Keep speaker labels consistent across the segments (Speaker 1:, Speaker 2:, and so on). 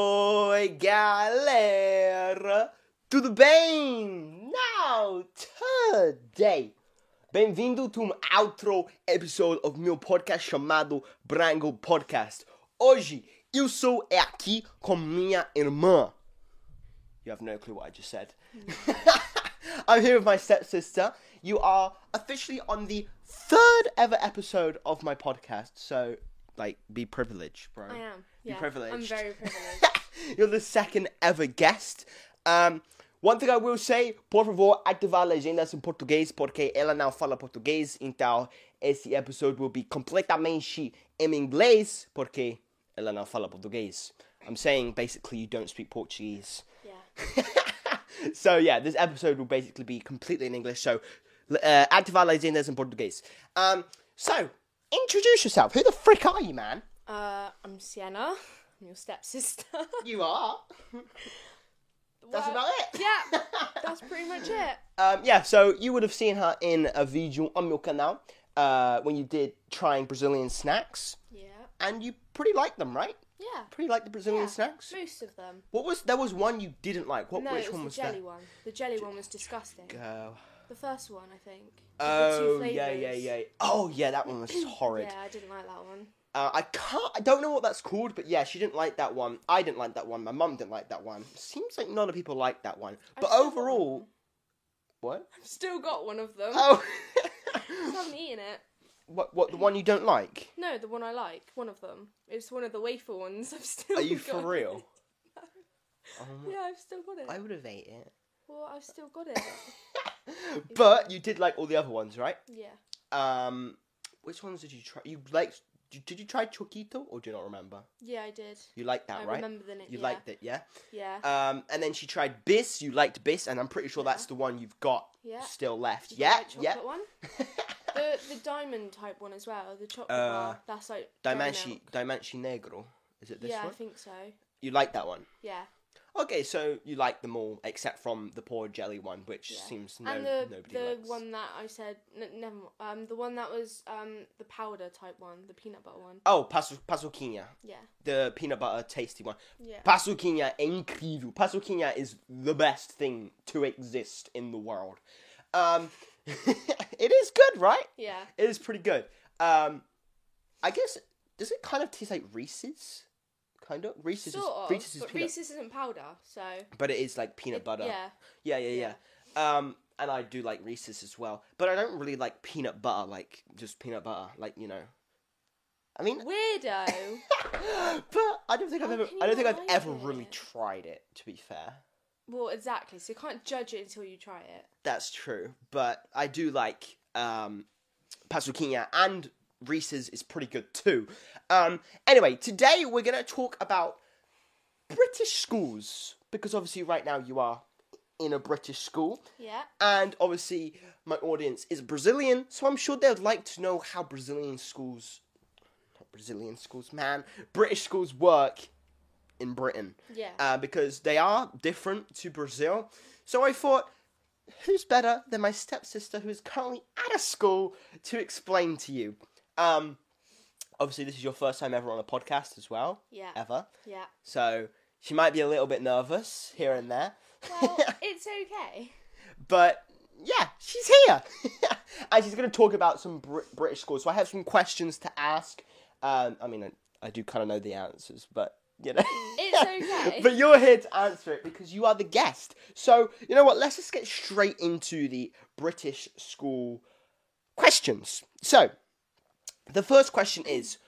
Speaker 1: Oi, galera! Tudo bem? Now, today! Bem-vindo to um outro episode of meu podcast chamado Brango Podcast. Hoje, eu sou é aqui com minha irmã. You have no clue what I just said. I'm here with my stepsister. You are officially on the third ever episode of my podcast, so, like, be privileged, bro.
Speaker 2: I am.
Speaker 1: You're
Speaker 2: Yeah. I'm
Speaker 1: privileged.
Speaker 2: very privileged.
Speaker 1: You're the second ever guest. Um, one thing I will say, por favor, ativar legendas em português, porque ela não fala português, então esse episode will be completamente em inglês, porque ela não fala português. I'm saying basically you don't speak Portuguese.
Speaker 2: yeah.
Speaker 1: so yeah, this episode will basically be completely in English. So uh, ativar legendas em português. Um, so introduce yourself. Who the frick are you, man?
Speaker 2: Uh, I'm Sienna. I'm your stepsister.
Speaker 1: You are. That's
Speaker 2: Well,
Speaker 1: about it.
Speaker 2: Yeah. That's pretty much it.
Speaker 1: Um, yeah, so you would have seen her in a video on your canal uh, when you did trying Brazilian snacks,
Speaker 2: Yeah.
Speaker 1: and you pretty liked them, right?
Speaker 2: Yeah.
Speaker 1: Pretty liked the Brazilian
Speaker 2: Yeah.
Speaker 1: snacks.
Speaker 2: Most of them.
Speaker 1: What was there was one you didn't like. What
Speaker 2: No,
Speaker 1: which
Speaker 2: it was
Speaker 1: one
Speaker 2: the
Speaker 1: was
Speaker 2: jelly
Speaker 1: that?
Speaker 2: one. The jelly one was disgusting.
Speaker 1: Go.
Speaker 2: The first one, I think. With the two
Speaker 1: Oh yeah, yeah,
Speaker 2: flavours.
Speaker 1: yeah. Oh yeah, that one was horrid.
Speaker 2: Yeah, I didn't like that one.
Speaker 1: Uh, I can't. I don't know what that's called, but yeah, she didn't like that one. I didn't like that one. My mum didn't like that one. Seems like none of people like that one. But
Speaker 2: still got one.
Speaker 1: overall, what?
Speaker 2: I've still got one of them.
Speaker 1: Oh,
Speaker 2: I haven't eaten it.
Speaker 1: what? What? The one you don't like?
Speaker 2: No, the one I like. One of them. It's one of the wafer ones. I've still.
Speaker 1: Are you
Speaker 2: got
Speaker 1: for real?
Speaker 2: It. Yeah, I've still got it.
Speaker 1: Um, would have ate it.
Speaker 2: Well, I've still got it.
Speaker 1: But you did like all the other ones, right?
Speaker 2: yeah.
Speaker 1: Um, which ones did you try? You liked? Did did you try Choquito or do you not remember?
Speaker 2: Yeah, I did.
Speaker 1: You liked that,
Speaker 2: I
Speaker 1: right?
Speaker 2: remember the name.
Speaker 1: You
Speaker 2: yeah.
Speaker 1: liked it, yeah.
Speaker 2: Yeah.
Speaker 1: Um, and then she tried Bis. You liked Bis, and I'm pretty sure that's the one you've got
Speaker 2: Yeah.
Speaker 1: still left.
Speaker 2: Did you
Speaker 1: yeah,
Speaker 2: like
Speaker 1: yeah.
Speaker 2: chocolate one. The the diamond type one as well. The chocolate
Speaker 1: Uh,
Speaker 2: bar. That's like dairy
Speaker 1: Dimensi
Speaker 2: milk.
Speaker 1: Dimensi Negro. Is it this
Speaker 2: Yeah, I
Speaker 1: one?
Speaker 2: think so.
Speaker 1: You like that one?
Speaker 2: Yeah.
Speaker 1: Okay, so you like them all except from the poor jelly one, which
Speaker 2: Yeah.
Speaker 1: seems no
Speaker 2: and the
Speaker 1: nobody
Speaker 2: the
Speaker 1: likes.
Speaker 2: one that I said n- never. mi- Um, the one that was um the powder type one, the peanut butter one.
Speaker 1: Oh, Paso- Pasoquinha,
Speaker 2: Yeah.
Speaker 1: the peanut butter tasty one.
Speaker 2: Yeah.
Speaker 1: Paçoquinha é incrível. Paçoquinha is the best thing to exist in the world. Um, it is good, right?
Speaker 2: yeah.
Speaker 1: It is pretty good. Um, I guess does it kind of taste like Reese's? Kind of Reese's.
Speaker 2: Sort
Speaker 1: is,
Speaker 2: of.
Speaker 1: Reese's is
Speaker 2: but
Speaker 1: peanut,
Speaker 2: Reese's isn't powder, so.
Speaker 1: but it is like peanut butter.
Speaker 2: Yeah.
Speaker 1: yeah, yeah. yeah. Um, and I do like Reese's as well, but I don't really like peanut butter, like just peanut butter, like you know. I mean,
Speaker 2: Weirdo.
Speaker 1: but I don't think I've
Speaker 2: How
Speaker 1: ever.
Speaker 2: Oh, can you
Speaker 1: I don't think
Speaker 2: not
Speaker 1: I've
Speaker 2: like
Speaker 1: ever
Speaker 2: it?
Speaker 1: really tried it. To be fair.
Speaker 2: well, exactly. So you can't judge it until you try it.
Speaker 1: That's true, but I do like um, Pazuquinha and Reese's is pretty good too. Um, anyway, today we're gonna talk about British schools because obviously right now you are in a British school,
Speaker 2: Yeah.
Speaker 1: and obviously my audience is Brazilian, so I'm sure they'd like to know how Brazilian schools, not Brazilian schools, man, British schools work in Britain
Speaker 2: Yeah.
Speaker 1: uh, because they are different to Brazil. So I thought, who's better than my stepsister, who is currently out of school, to explain to you? Um, obviously, this is your first time ever on a podcast as well,
Speaker 2: yeah.
Speaker 1: ever.
Speaker 2: Yeah.
Speaker 1: So she might be a little bit nervous here and there.
Speaker 2: Well, it's okay.
Speaker 1: but yeah, she's here, and she's going to talk about some Br- British schools. So I have some questions to ask. Um, I mean, I, I do kind of know the answers, but you know,
Speaker 2: It's okay.
Speaker 1: but you're here to answer it because you are the guest. So you know what? Let's just get straight into the British school questions. So the first question is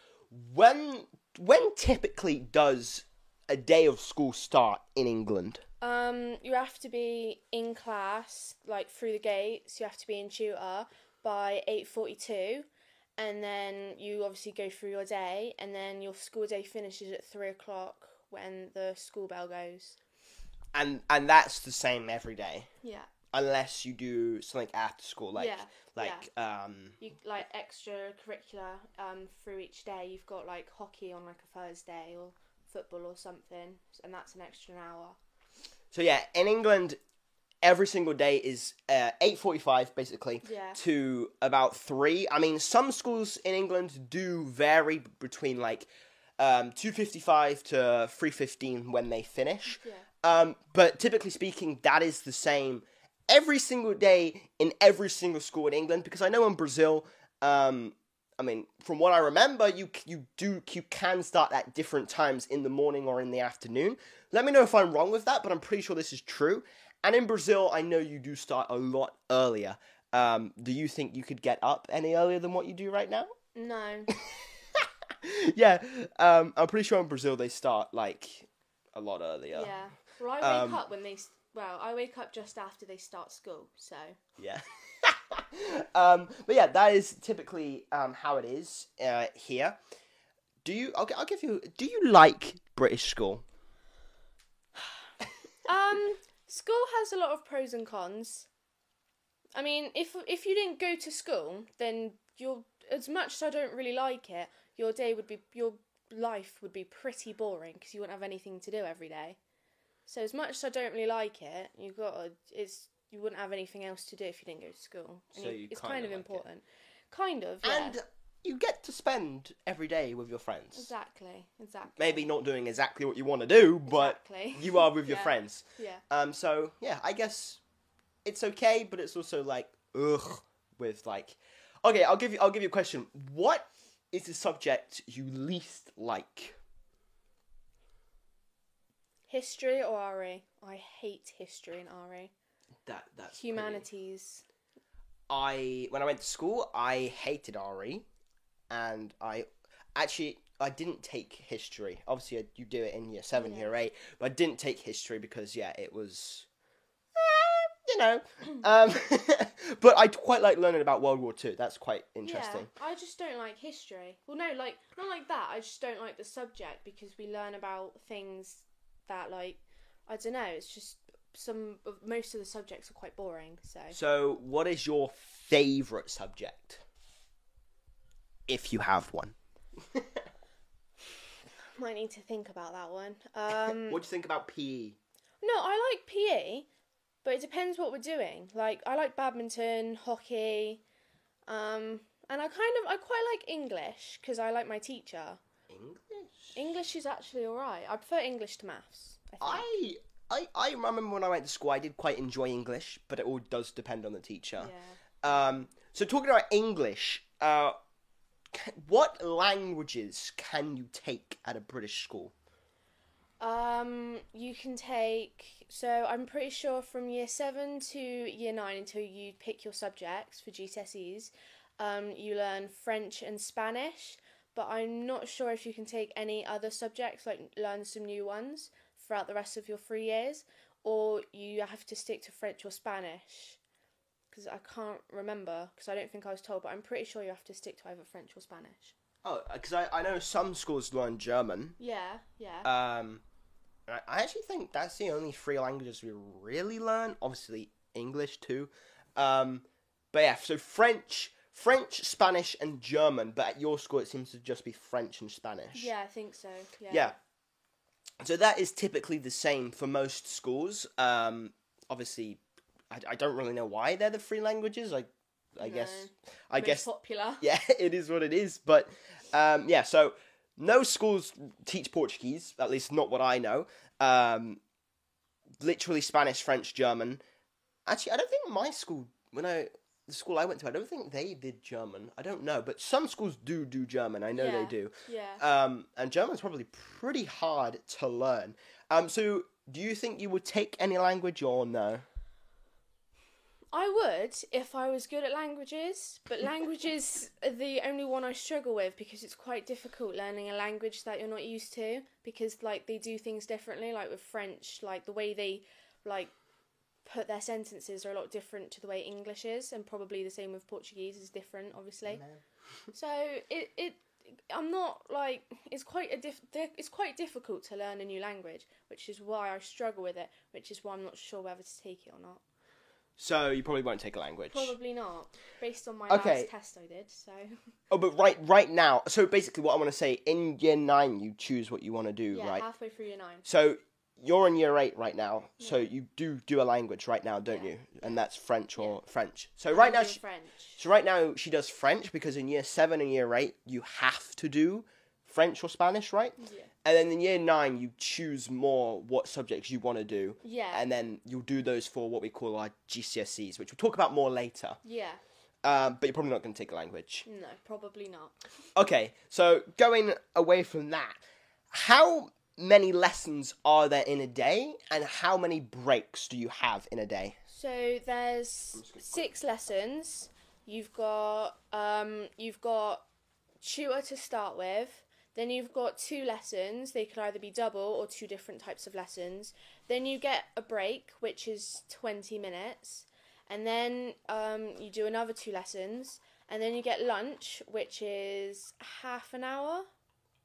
Speaker 1: when when typically does a day of school start in England?
Speaker 2: Um, you have to be in class, like through the gates. You have to be in tutor by eight forty-two, and then you obviously go through your day, and then your school day finishes at three o'clock when the school bell goes.
Speaker 1: and and that's the same every day
Speaker 2: Yeah,
Speaker 1: unless you do something after school like
Speaker 2: Yeah,
Speaker 1: like um
Speaker 2: you like extracurricular um through each day. You've got like hockey on like a Thursday or football or something, and that's an extra an hour.
Speaker 1: so yeah in england every single day is uh, 8.45 basically
Speaker 2: Yeah.
Speaker 1: to about 3 i mean some schools in england do vary between like um, 2.55 to 3.15 when they finish.
Speaker 2: Yeah.
Speaker 1: Um, but typically speaking, that is the same every single day in every single school in England. Because I know in Brazil, um, I mean, from what I remember, you c- you do you can start at different times in the morning or in the afternoon. Let me know if I'm wrong with that, but I'm pretty sure this is true. And in Brazil, I know you do start a lot earlier. Um, do you think you could get up any earlier than what you do right now?
Speaker 2: No.
Speaker 1: yeah, um, I'm pretty sure in Brazil they start like a lot earlier.
Speaker 2: yeah. Well, I wake
Speaker 1: Um,
Speaker 2: up when they. s- Well, I wake up just after they start school, so.
Speaker 1: Yeah. um, but yeah, that is typically um, how it is uh, here. Do you? I'll, gi- I'll give you. Do you like British school?
Speaker 2: Um, school has a lot of pros and cons. I mean, if if you didn't go to school, then your as much as I don't really like it, your day would be your life would be pretty boring because you wouldn't have anything to do every day. So as much as I don't really like it, you got to it's you wouldn't have anything else to do if you didn't go to school. And
Speaker 1: So you
Speaker 2: it's
Speaker 1: kinda
Speaker 2: kind of
Speaker 1: like it.
Speaker 2: important, kind of. Yeah.
Speaker 1: And you get to spend every day with your friends.
Speaker 2: exactly, exactly.
Speaker 1: Maybe not doing exactly what you want to do, but
Speaker 2: Exactly.
Speaker 1: you are with your
Speaker 2: Yeah.
Speaker 1: friends.
Speaker 2: Yeah.
Speaker 1: Um. So yeah, I guess it's okay, but it's also like ugh with like. Okay, I'll give you. I'll give you a question. What is the subject you least like?
Speaker 2: History or RE? I hate history and RE.
Speaker 1: That that's pretty-
Speaker 2: Humanities.
Speaker 1: I when I went to school, I hated RE, and I actually I didn't take history. Obviously, I- you do it in year seven,
Speaker 2: Yeah.
Speaker 1: year eight, but I didn't take history because yeah, it was, eh, you know, um, but I quite like learning about World War Two. That's quite interesting.
Speaker 2: Yeah, I just don't like history. Well, no, like not like that. I just don't like the subject because we learn about things that, like, I don't know. It's just some of most of the subjects are quite boring. So
Speaker 1: So, what is your favorite subject, if you have one?
Speaker 2: might need to think about that one. Um,
Speaker 1: What do you think about E? PE?
Speaker 2: no, I like PE, but it depends what we're doing. Like, I like badminton, hockey, um, and I kind of I quite like English because I like my teacher.
Speaker 1: English.
Speaker 2: English is actually all right. I prefer English to maths. I
Speaker 1: I,
Speaker 2: think.
Speaker 1: I I remember when I went to school, I did quite enjoy English, but it all does depend on the teacher.
Speaker 2: yeah.
Speaker 1: Um, so talking about English, uh, ca- what languages can you take at a British school?
Speaker 2: Um, you can take so I'm pretty sure from year seven to year nine until you pick your subjects for GCSEs. Um, you learn French and Spanish, but I'm not sure if you can take any other subjects like learn some new ones throughout the rest of your three years, or you have to stick to French or Spanish. Because I can't remember, because I don't think I was told, but I'm pretty sure you have to stick to either French or Spanish.
Speaker 1: Oh, because I, I know some schools learn German.
Speaker 2: Yeah, yeah.
Speaker 1: Um, and I, I actually think that's the only three languages we really learn. Obviously, English too. Um, but yeah, so French, French, Spanish, and German. But at your school, it seems to just be French and Spanish.
Speaker 2: yeah, I think so.
Speaker 1: Yeah. So that is typically the same for most schools. Um, obviously, I, I don't really know why they're the three languages. I, I guess, I
Speaker 2: Most
Speaker 1: guess,
Speaker 2: popular.
Speaker 1: yeah, it is what it is. But um, yeah, so no schools teach Portuguese, at least not what I know. Um, literally Spanish, French, German. Actually, I don't think my school, when I the school I went to, I don't think they did German. I don't know, but some schools do do German. I know they
Speaker 2: Yeah.
Speaker 1: do.
Speaker 2: Yeah.
Speaker 1: Um, and German's probably pretty hard to learn. Um, so do you think you would take any language or no?
Speaker 2: I would if I was good at languages, but languages are the only one I struggle with because it's quite difficult learning a language that you're not used to because like they do things differently like with French, like the way they like put their sentences are a lot different to the way English is and probably the same with Portuguese is different obviously. So it it I'm not like it's quite a diff, di- it's quite difficult to learn a new language, which is why I struggle with it, which is why I'm not sure whether to take it or not.
Speaker 1: So you probably won't take a language.
Speaker 2: Probably not, based on my
Speaker 1: Okay.
Speaker 2: last test I did. So
Speaker 1: Oh, but right, right now. So basically, what I want to say in year nine, you choose what you want to do,
Speaker 2: yeah,
Speaker 1: right?
Speaker 2: halfway through year nine.
Speaker 1: So you're in year eight right now. So you do do a language right now, don't
Speaker 2: Yeah.
Speaker 1: you? And that's French or French. So right now,
Speaker 2: I'm doing
Speaker 1: she,
Speaker 2: French.
Speaker 1: so right now she does French because in year seven and year eight you have to do French or Spanish, right?
Speaker 2: Yeah.
Speaker 1: And then in year nine, you choose more what subjects you want to do.
Speaker 2: Yeah.
Speaker 1: And then you'll do those for what we call our GCSEs, which we'll talk about more later.
Speaker 2: Yeah.
Speaker 1: Um, but you're probably not going to take language.
Speaker 2: No, probably not.
Speaker 1: Okay, so going away from that, how many lessons are there in a day, and how many breaks do you have in a day?
Speaker 2: So there's six lessons. You've got um you've got tutor to start with. Then you've got two lessons. They could either be double or two different types of lessons. Then you get a break, which is twenty minutes, and then um you do another two lessons, and then you get lunch, which is half an hour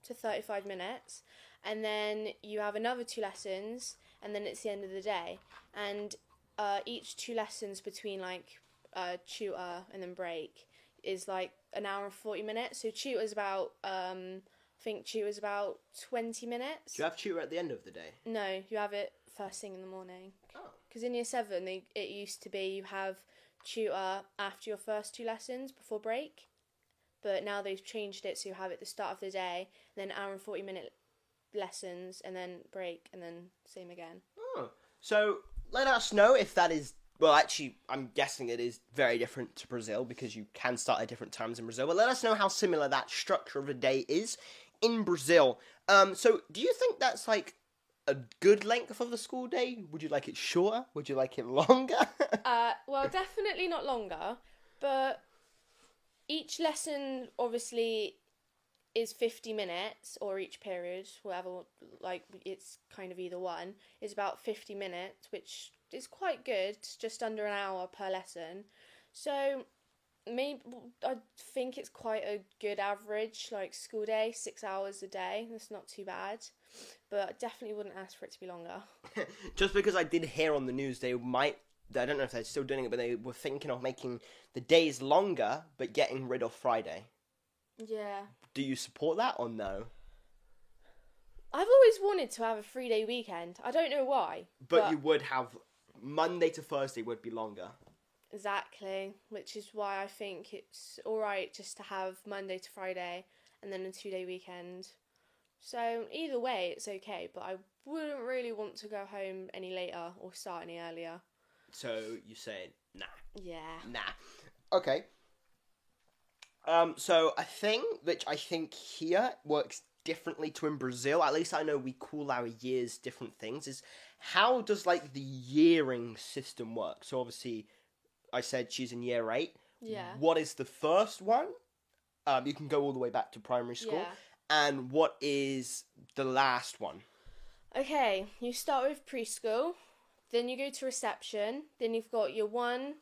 Speaker 2: to thirty five minutes, and then you have another two lessons, and then it's the end of the day. And uh, each two lessons between like uh, tutor and then break is like an hour and 40 minutes. So tutor's about, um, I think tutor's about 20 minutes.
Speaker 1: Do you have tutor at the end of the day?
Speaker 2: No, you have it first thing in the morning.
Speaker 1: Oh.
Speaker 2: Because in year seven, they, it used to be you have tutor after your first two lessons before break. But now they've changed it so you have it at the start of the day, then hour and 40 minute lessons, and then break, and then same again.
Speaker 1: Oh. So let us know if that is. Well, actually, I'm guessing it is very different to Brazil because you can start at different times in Brazil. But let us know how similar that structure of a day is in Brazil. Um, so, do you think that's like a good length of the school day? Would you like it shorter? Would you like it longer?
Speaker 2: Uh, well, definitely not longer, but each lesson obviously is 50 minutes or each period, whatever, like it's kind of either one, is about 50 minutes, which is quite good, it's just under an hour per lesson. So, maybe I think it's quite a good average, like school day, six hours a day, that's not too bad, but I definitely wouldn't ask for it to be longer.
Speaker 1: just because I did hear on the news they might I don't know if they're still doing it, but they were thinking of making the days longer but getting rid of Friday.
Speaker 2: Yeah.
Speaker 1: Do you support that or no?
Speaker 2: I've always wanted to have a three day weekend. I don't know why.
Speaker 1: But, you would have Monday to Thursday would be longer.
Speaker 2: Exactly, which is why I think it's alright just to have Monday to Friday and then a two day weekend. So either way, it's okay, but I wouldn't really want to go home any later or start any earlier.
Speaker 1: So you say nah,
Speaker 2: Yeah.
Speaker 1: nah. Okay. Um, so a thing which I think here works differently to in Brazil, at least I know we call our years different things, is how does like the yearing system work? So obviously I said she's in year eight.
Speaker 2: Yeah.
Speaker 1: What is the first one? Um, you can go all the way back to primary school.
Speaker 2: Yeah.
Speaker 1: And what is the last one?
Speaker 2: Okay, you start with preschool, then you go to reception, then you've got your one,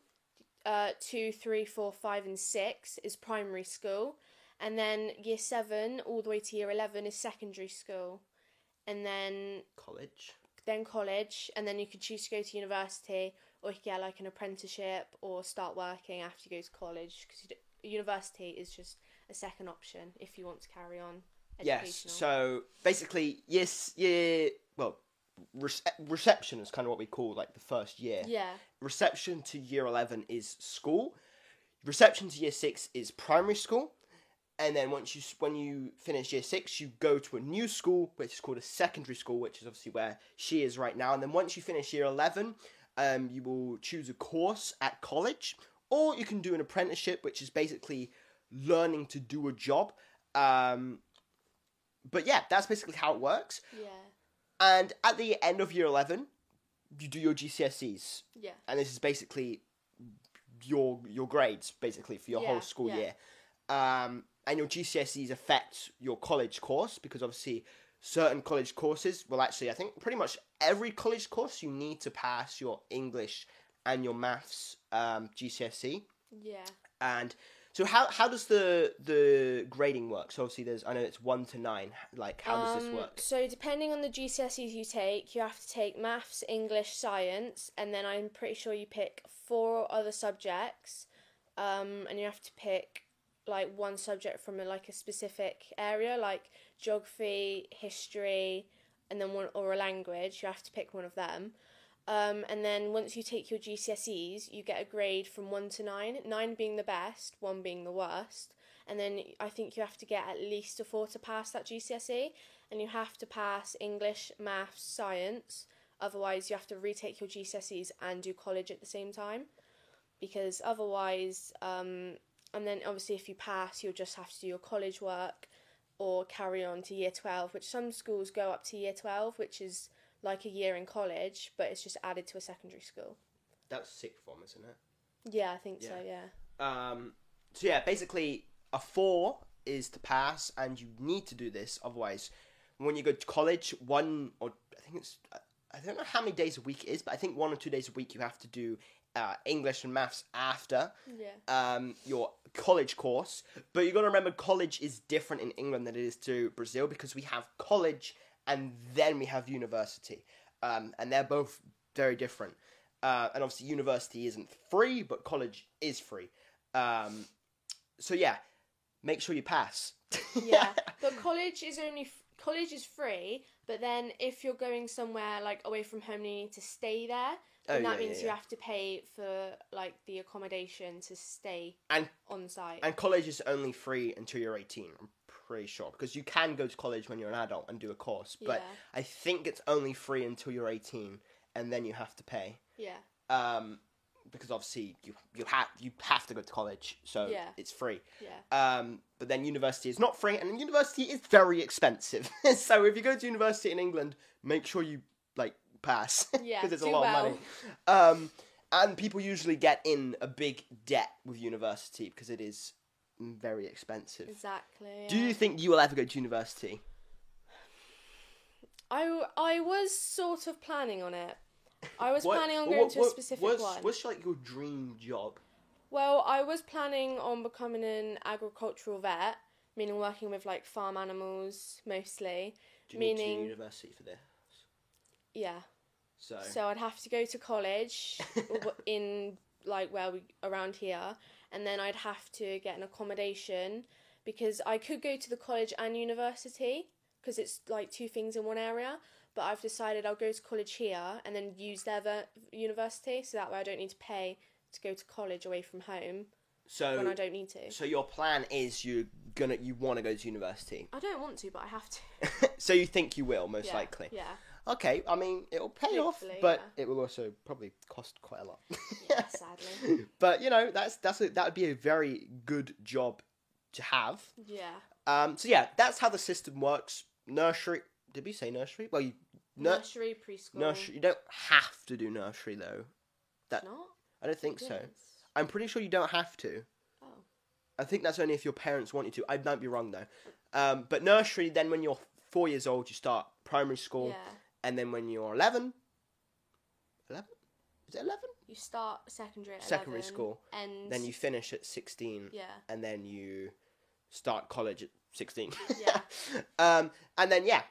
Speaker 2: uh, two, three, four, five, and six is primary school, and then year seven all the way to year eleven is secondary school, and then
Speaker 1: College.
Speaker 2: then college, and then you can choose to go to university or you could get like an apprenticeship or start working after you go to college because university is just a second option if you want to carry on.
Speaker 1: Yes.
Speaker 2: educational.
Speaker 1: So basically, yes, year. Well, rece- reception is kind of what we call like the first year.
Speaker 2: yeah,
Speaker 1: Reception to year eleven is school. Reception to year six is primary school, and then once you s- when you finish year six, you go to a new school which is called a secondary school, which is obviously where she is right now. And then once you finish year eleven, um, you will choose a course at college, or you can do an apprenticeship, which is basically learning to do a job. Um, but yeah, that's basically how it works.
Speaker 2: yeah,
Speaker 1: And at the end of year 11, you do your GCSEs.
Speaker 2: yeah.
Speaker 1: And this is basically your your grades basically for your
Speaker 2: Yeah,
Speaker 1: whole school
Speaker 2: yeah.
Speaker 1: year. Um, and your GCSEs affect your college course because obviously certain college courses, well actually I think pretty much every college course you need to pass your English and your maths um, GCSE.
Speaker 2: Yeah.
Speaker 1: And so how how does the the grading work? So obviously there's I know it's 1 to 9. Like how does this
Speaker 2: Um,
Speaker 1: work?
Speaker 2: So depending on the GCSEs you take, you have to take maths, English, science, and then I'm pretty sure you pick four other subjects, um, and you have to pick like one subject from a, like a specific area, like geography, history, and then one or a language. You have to pick one of them. Um, and then once you take your GCSEs, you get a grade from one to nine, nine being the best, one being the worst. and then I think you have to get at least a four to pass that GCSE, and you have to pass English, maths, science. Otherwise, you have to retake your GCSEs and do college at the same time, because otherwise, um, and then obviously if you pass, you'll just have to do your college work or carry on to year twelve, which some schools go up to year twelve, which is like a year in college, but it's just added to a secondary school.
Speaker 1: That's sick form, isn't it?
Speaker 2: Yeah, I think so.
Speaker 1: Yeah.
Speaker 2: Yeah.
Speaker 1: Um, so yeah, basically a four is to pass, and you need to do this. Otherwise, when you go to college, one or I think it's I- I don't know how many days a week it is, but I think one or two days a week you have to do uh, English and maths after
Speaker 2: Yeah.
Speaker 1: um, your college course. But you got to remember, college is different in England than it is to Brazil because we have college and then we have university, um, and they're both very different. Uh, and obviously, university isn't free, but college is free. Um, so yeah, make sure you pass.
Speaker 2: yeah but college is only f- college is free but then if you're going somewhere like away from home and you need to stay there
Speaker 1: Oh,
Speaker 2: then
Speaker 1: yeah,
Speaker 2: that
Speaker 1: yeah,
Speaker 2: means you
Speaker 1: yeah.
Speaker 2: have to pay for like the accommodation to stay
Speaker 1: And
Speaker 2: on site
Speaker 1: and college is only free until you're 18. I'm pretty sure because you can go to college when you're an adult and do a course, but
Speaker 2: Yeah.
Speaker 1: I think it's only free until you're 18, and then you have to pay.
Speaker 2: yeah
Speaker 1: um, because obviously you you have you have to go to college, so
Speaker 2: Yeah.
Speaker 1: it's free.
Speaker 2: yeah
Speaker 1: Um, but then university is not free, and university is very expensive. so if you go to university in England, make sure you like pass because
Speaker 2: Yeah,
Speaker 1: it's a
Speaker 2: do
Speaker 1: lot
Speaker 2: well.
Speaker 1: of money. Um, and people usually get in a big debt with university because it is very expensive.
Speaker 2: exactly
Speaker 1: Do you think you will ever go to university?
Speaker 2: I, w- I was sort of planning on it i was planning on
Speaker 1: what-
Speaker 2: going to a
Speaker 1: what-
Speaker 2: specific
Speaker 1: what's,
Speaker 2: one
Speaker 1: What's like your dream job?
Speaker 2: Well, I was planning on becoming an agricultural vet, meaning working with like farm animals mostly.
Speaker 1: Do you need to
Speaker 2: Meaning-
Speaker 1: do university for this?
Speaker 2: Yeah.
Speaker 1: Oh.
Speaker 2: So I'd have to go to college w- in like where we around here, and then I'd have to get an accommodation because I could go to the college and university because it's like two things in one area. But I've decided I'll go to college here and then use their ver- university, so that way I don't need to pay to go to college away from home
Speaker 1: so
Speaker 2: when I don't need to.
Speaker 1: Oh. So your plan is you gonna you want to go to university.
Speaker 2: I don't want to, but I have to.
Speaker 1: so you think you will most
Speaker 2: Yeah,
Speaker 1: likely.
Speaker 2: Yeah.
Speaker 1: Okay, I mean it'll pay off,
Speaker 2: Hopefully,
Speaker 1: but it will also probably cost quite a lot.
Speaker 2: Yeah. Sadly.
Speaker 1: but you know that's that's a, that would be a very good job to have.
Speaker 2: Yeah.
Speaker 1: Um, so yeah, that's how the system works. Nursery? Did we say nursery? Well, you nur-
Speaker 2: Nursery, preschool.
Speaker 1: nursery. You don't have to do nursery though.
Speaker 2: Not.
Speaker 1: I don't think so.
Speaker 2: Yes.
Speaker 1: I'm pretty sure you don't have to.
Speaker 2: Oh.
Speaker 1: I think that's only if your parents want you to. I might be wrong though. Um, but nursery, then when you're four years old, you start primary school,
Speaker 2: Yeah.
Speaker 1: and then when you're 11, 11? Is it 11?
Speaker 2: You start secondary. At
Speaker 1: Secondary
Speaker 2: 11,
Speaker 1: school,
Speaker 2: And
Speaker 1: Then you finish at 16,
Speaker 2: Yeah.
Speaker 1: and then you start college at 16.
Speaker 2: Yeah.
Speaker 1: um, and then, yeah.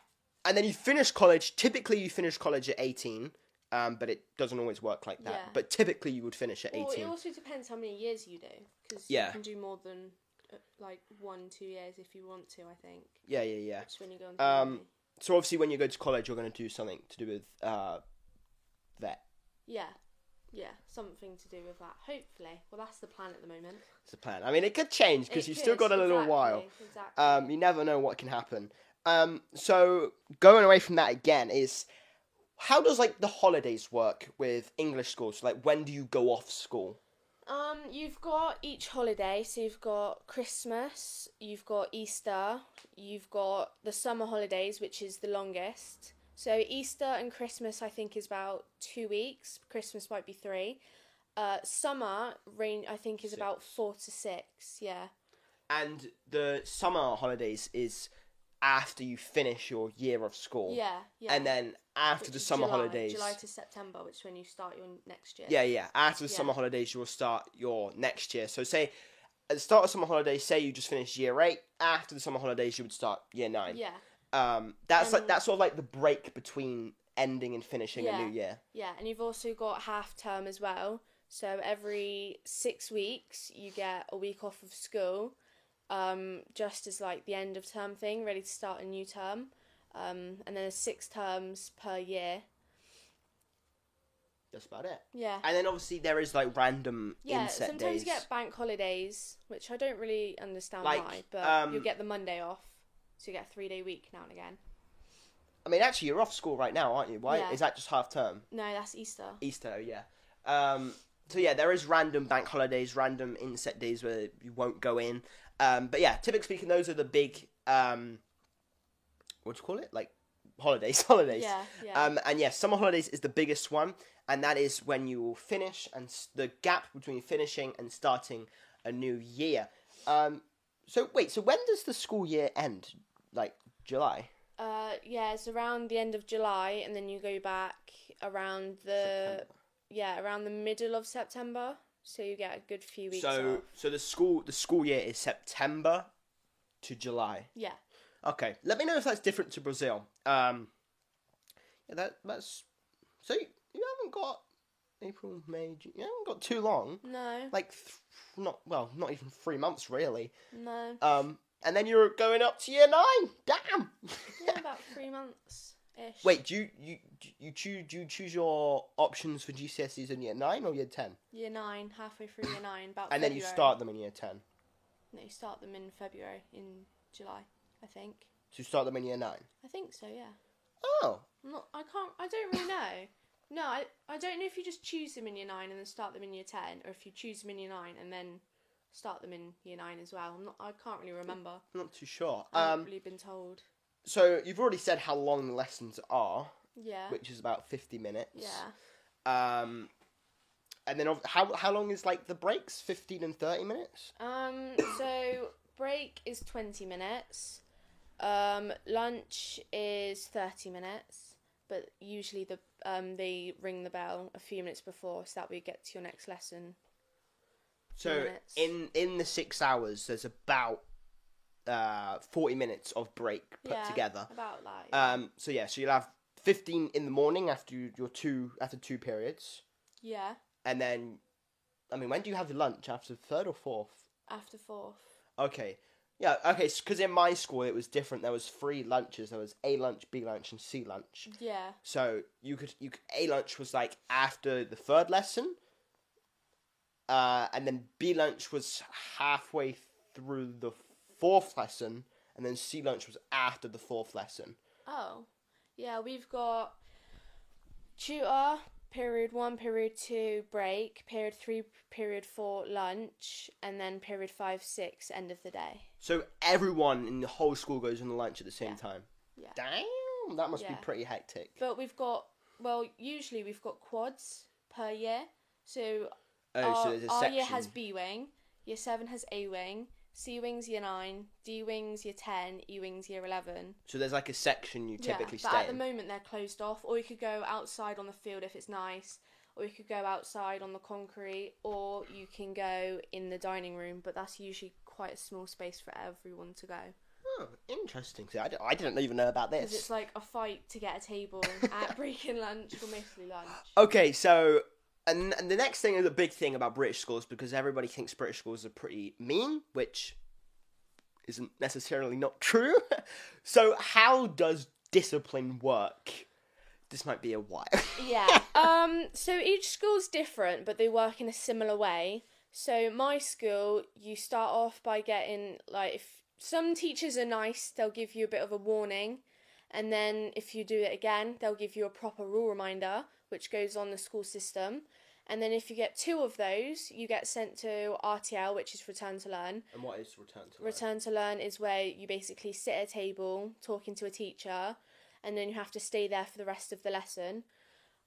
Speaker 1: And then you finish college. Typically, you finish college at 18, um, but it doesn't always work like that.
Speaker 2: Yeah.
Speaker 1: But typically, you would finish at 18.
Speaker 2: Well, it also depends how many years you do, because
Speaker 1: Yeah.
Speaker 2: you can do more than uh, like one, two years if you want to. I think.
Speaker 1: yeah, yeah, yeah.
Speaker 2: That's when you go on.
Speaker 1: Um,
Speaker 2: holiday.
Speaker 1: So obviously, when you go to college, you're going to do something to do with uh, vet.
Speaker 2: Yeah. Yeah, something to do with that. Hopefully, well, that's the plan at the moment.
Speaker 1: It's the plan. I mean, it could change because
Speaker 2: It
Speaker 1: you've still
Speaker 2: could,
Speaker 1: got a little
Speaker 2: exactly,
Speaker 1: while.
Speaker 2: Exactly.
Speaker 1: Um, you never know what can happen. Um, so going away from that again is how does like the holidays work with English schools? like, when do you go off school?
Speaker 2: Um, you've got each holiday, so you've got Christmas, you've got Easter, you've got the summer holidays, which is the longest. So Easter and Christmas, I think, is about two weeks. Christmas might be three. Uh, summer rain, I think, is about four to six. Yeah,
Speaker 1: And the summer holidays is after you finish your year of school.
Speaker 2: yeah, yeah.
Speaker 1: And then after
Speaker 2: Which
Speaker 1: the
Speaker 2: is
Speaker 1: summer
Speaker 2: July-
Speaker 1: holidays,
Speaker 2: July to September, which is when you start your next year.
Speaker 1: Yeah, yeah. After the
Speaker 2: Yeah.
Speaker 1: summer holidays, you will start your next year. So, say at the start of summer holidays, say you just finished year eight. After the summer holidays, you would start year nine.
Speaker 2: yeah,
Speaker 1: Um, that's like
Speaker 2: Um,
Speaker 1: that's sort of like the break between ending and finishing a
Speaker 2: Yeah.
Speaker 1: new year.
Speaker 2: yeah. And you've also got half term as well. So every six weeks, you get a week off of school, um, just as like the end of term thing, ready to start a new term. Um, and then there's six terms per year.
Speaker 1: That's about it.
Speaker 2: Yeah.
Speaker 1: And then obviously there is like random
Speaker 2: Yeah,
Speaker 1: inset
Speaker 2: sometimes
Speaker 1: days.
Speaker 2: you get bank holidays, which I don't really understand
Speaker 1: Like,
Speaker 2: why, but
Speaker 1: um,
Speaker 2: you get the Monday off, so you get a three day week now and again.
Speaker 1: I mean, actually, you're off school right now, aren't you? Why
Speaker 2: Yeah.
Speaker 1: is that just half term?
Speaker 2: No, that's Easter.
Speaker 1: Easter, yeah. Um, so yeah, there is random bank holidays, random inset days where you won't go in. Um, but yeah, typically speaking, those are the big um, what do you call it? Like holidays, holidays.
Speaker 2: Yeah, yeah.
Speaker 1: Um, and yeah, summer holidays is the biggest one, and that is when you will finish, and s- the gap between finishing and starting a new year. Um, so wait, so when does the school year end? Like July,
Speaker 2: Uh, yeah, it's around the end of July, and then you go back around the
Speaker 1: September.
Speaker 2: yeah around the middle of September, so you get a good few weeks.
Speaker 1: so
Speaker 2: off.
Speaker 1: so the school the school year is September to July.
Speaker 2: yeah,
Speaker 1: Okay, let me know if that's different to Brazil. Um, yeah, that that's so you, you haven't got April, May, June, you haven't got too long,
Speaker 2: no,
Speaker 1: like th- not well, not even three months really.
Speaker 2: no,
Speaker 1: Um, and then you're going up to year nine. Damn.
Speaker 2: yeah, about three months ish.
Speaker 1: Wait, do you you you choose do you choose your options for GCSEs in year nine or year ten,
Speaker 2: year nine, halfway through year nine, about.
Speaker 1: and then you
Speaker 2: February.
Speaker 1: start them in year ten.
Speaker 2: No, you start them in February, in July, I think.
Speaker 1: So you start them in year nine.
Speaker 2: I think so. Yeah.
Speaker 1: Oh,
Speaker 2: I'm not. I can't. I don't really know. No, I, I don't know if you just choose them in year nine and then start them in year ten, or if you choose them in year nine and then start them in year nine as well. I'm not. I can't really remember.
Speaker 1: I'm not too sure.
Speaker 2: I haven't
Speaker 1: Um,
Speaker 2: really been told.
Speaker 1: so you've already said how long the lessons are,
Speaker 2: Yeah.
Speaker 1: which is about fifty minutes.
Speaker 2: Yeah.
Speaker 1: Um, and then of- how how long is like the breaks? Fifteen and thirty minutes.
Speaker 2: Um. So break is twenty minutes. Um. Lunch is thirty minutes, but usually the um they ring the bell a few minutes before so that we get to your next lesson.
Speaker 1: So
Speaker 2: Minutes.
Speaker 1: in in the six hours, there's about uh forty minutes of break put
Speaker 2: yeah,
Speaker 1: together.
Speaker 2: About like.
Speaker 1: Um, so yeah, so you'll have fifteen in the morning after you, your two after two periods,
Speaker 2: yeah.
Speaker 1: and then, I mean, when do you have lunch? After third or fourth?
Speaker 2: After fourth.
Speaker 1: Okay. Yeah, okay, because in my school it was different. There was three lunches. There was A lunch, B lunch, and C lunch.
Speaker 2: Yeah.
Speaker 1: So you could you could, A lunch was like after the third lesson, uh, and then B lunch was halfway through the fourth lesson, and then C lunch was after the fourth lesson.
Speaker 2: Oh, yeah, we've got tutor, period one, period two, break, period three, period four, lunch, and then period five, six, end of the day.
Speaker 1: So everyone in the whole school goes on lunch at the same time.
Speaker 2: Yeah.
Speaker 1: Damn, that must be
Speaker 2: Yeah.
Speaker 1: pretty hectic.
Speaker 2: But we've got, well, usually we've got quads per year. So
Speaker 1: Oh,
Speaker 2: our,
Speaker 1: so there's a
Speaker 2: our
Speaker 1: section.
Speaker 2: year has B wing, year seven has A wing, C wings year nine, D wings year 10, E wings year 11.
Speaker 1: so there's like a section you typically
Speaker 2: but
Speaker 1: stay
Speaker 2: at the
Speaker 1: in.
Speaker 2: moment they're closed off, or you could go outside on the field if it's nice, or you could go outside on the concrete, or you can go in the dining room. But that's usually quite a small space for everyone to go
Speaker 1: oh, interesting. See, I, didn't, I didn't even know about
Speaker 2: because
Speaker 1: this.
Speaker 2: it's like a fight to get a table at break and lunch, or mostly lunch.
Speaker 1: Okay, so and, and the next thing is a big thing about British schools because everybody thinks British schools are pretty mean, which isn't necessarily not true. so how does discipline work? This might be a while.
Speaker 2: yeah. Um. So each school's different, but they work in a similar way. So my school, you start off by getting like if some teachers are nice, they'll give you a bit of a warning, and then if you do it again, they'll give you a proper rule reminder, which goes on the school system. And then if you get two of those, you get sent to RTL, which is return to learn.
Speaker 1: and what is return to
Speaker 2: Return to learn is where you basically sit at a table talking to a teacher, and then you have to stay there for the rest of the lesson.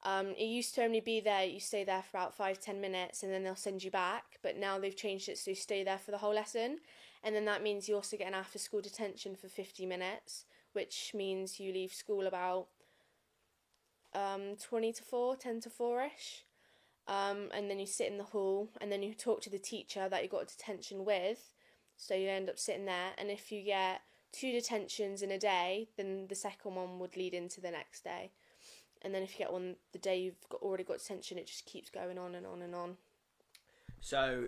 Speaker 2: Um, it used to only be there, you stay there for about five, ten minutes, and then they'll send you back. But now they've changed it so you stay there for the whole lesson, and then that means you also get an after school detention for 50 minutes, which means you leave school about um, 20 to 4, 10 to 4 ish. Um, and then you sit in the hall, and then you talk to the teacher that you got detention with. So you end up sitting there, and if you get two detentions in a day, then the second one would lead into the next day. And then if you get one the day you've got, already got detention, it just keeps going on and on and on.
Speaker 1: So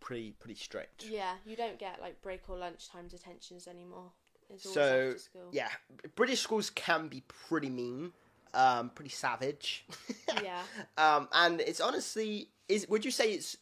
Speaker 1: pretty pretty strict.
Speaker 2: Yeah, you don't get like break or lunchtime detentions anymore. It's always
Speaker 1: So
Speaker 2: after school.
Speaker 1: yeah, British schools can be pretty mean. um, pretty savage.
Speaker 2: yeah.
Speaker 1: Um, and it's honestly is would you say it's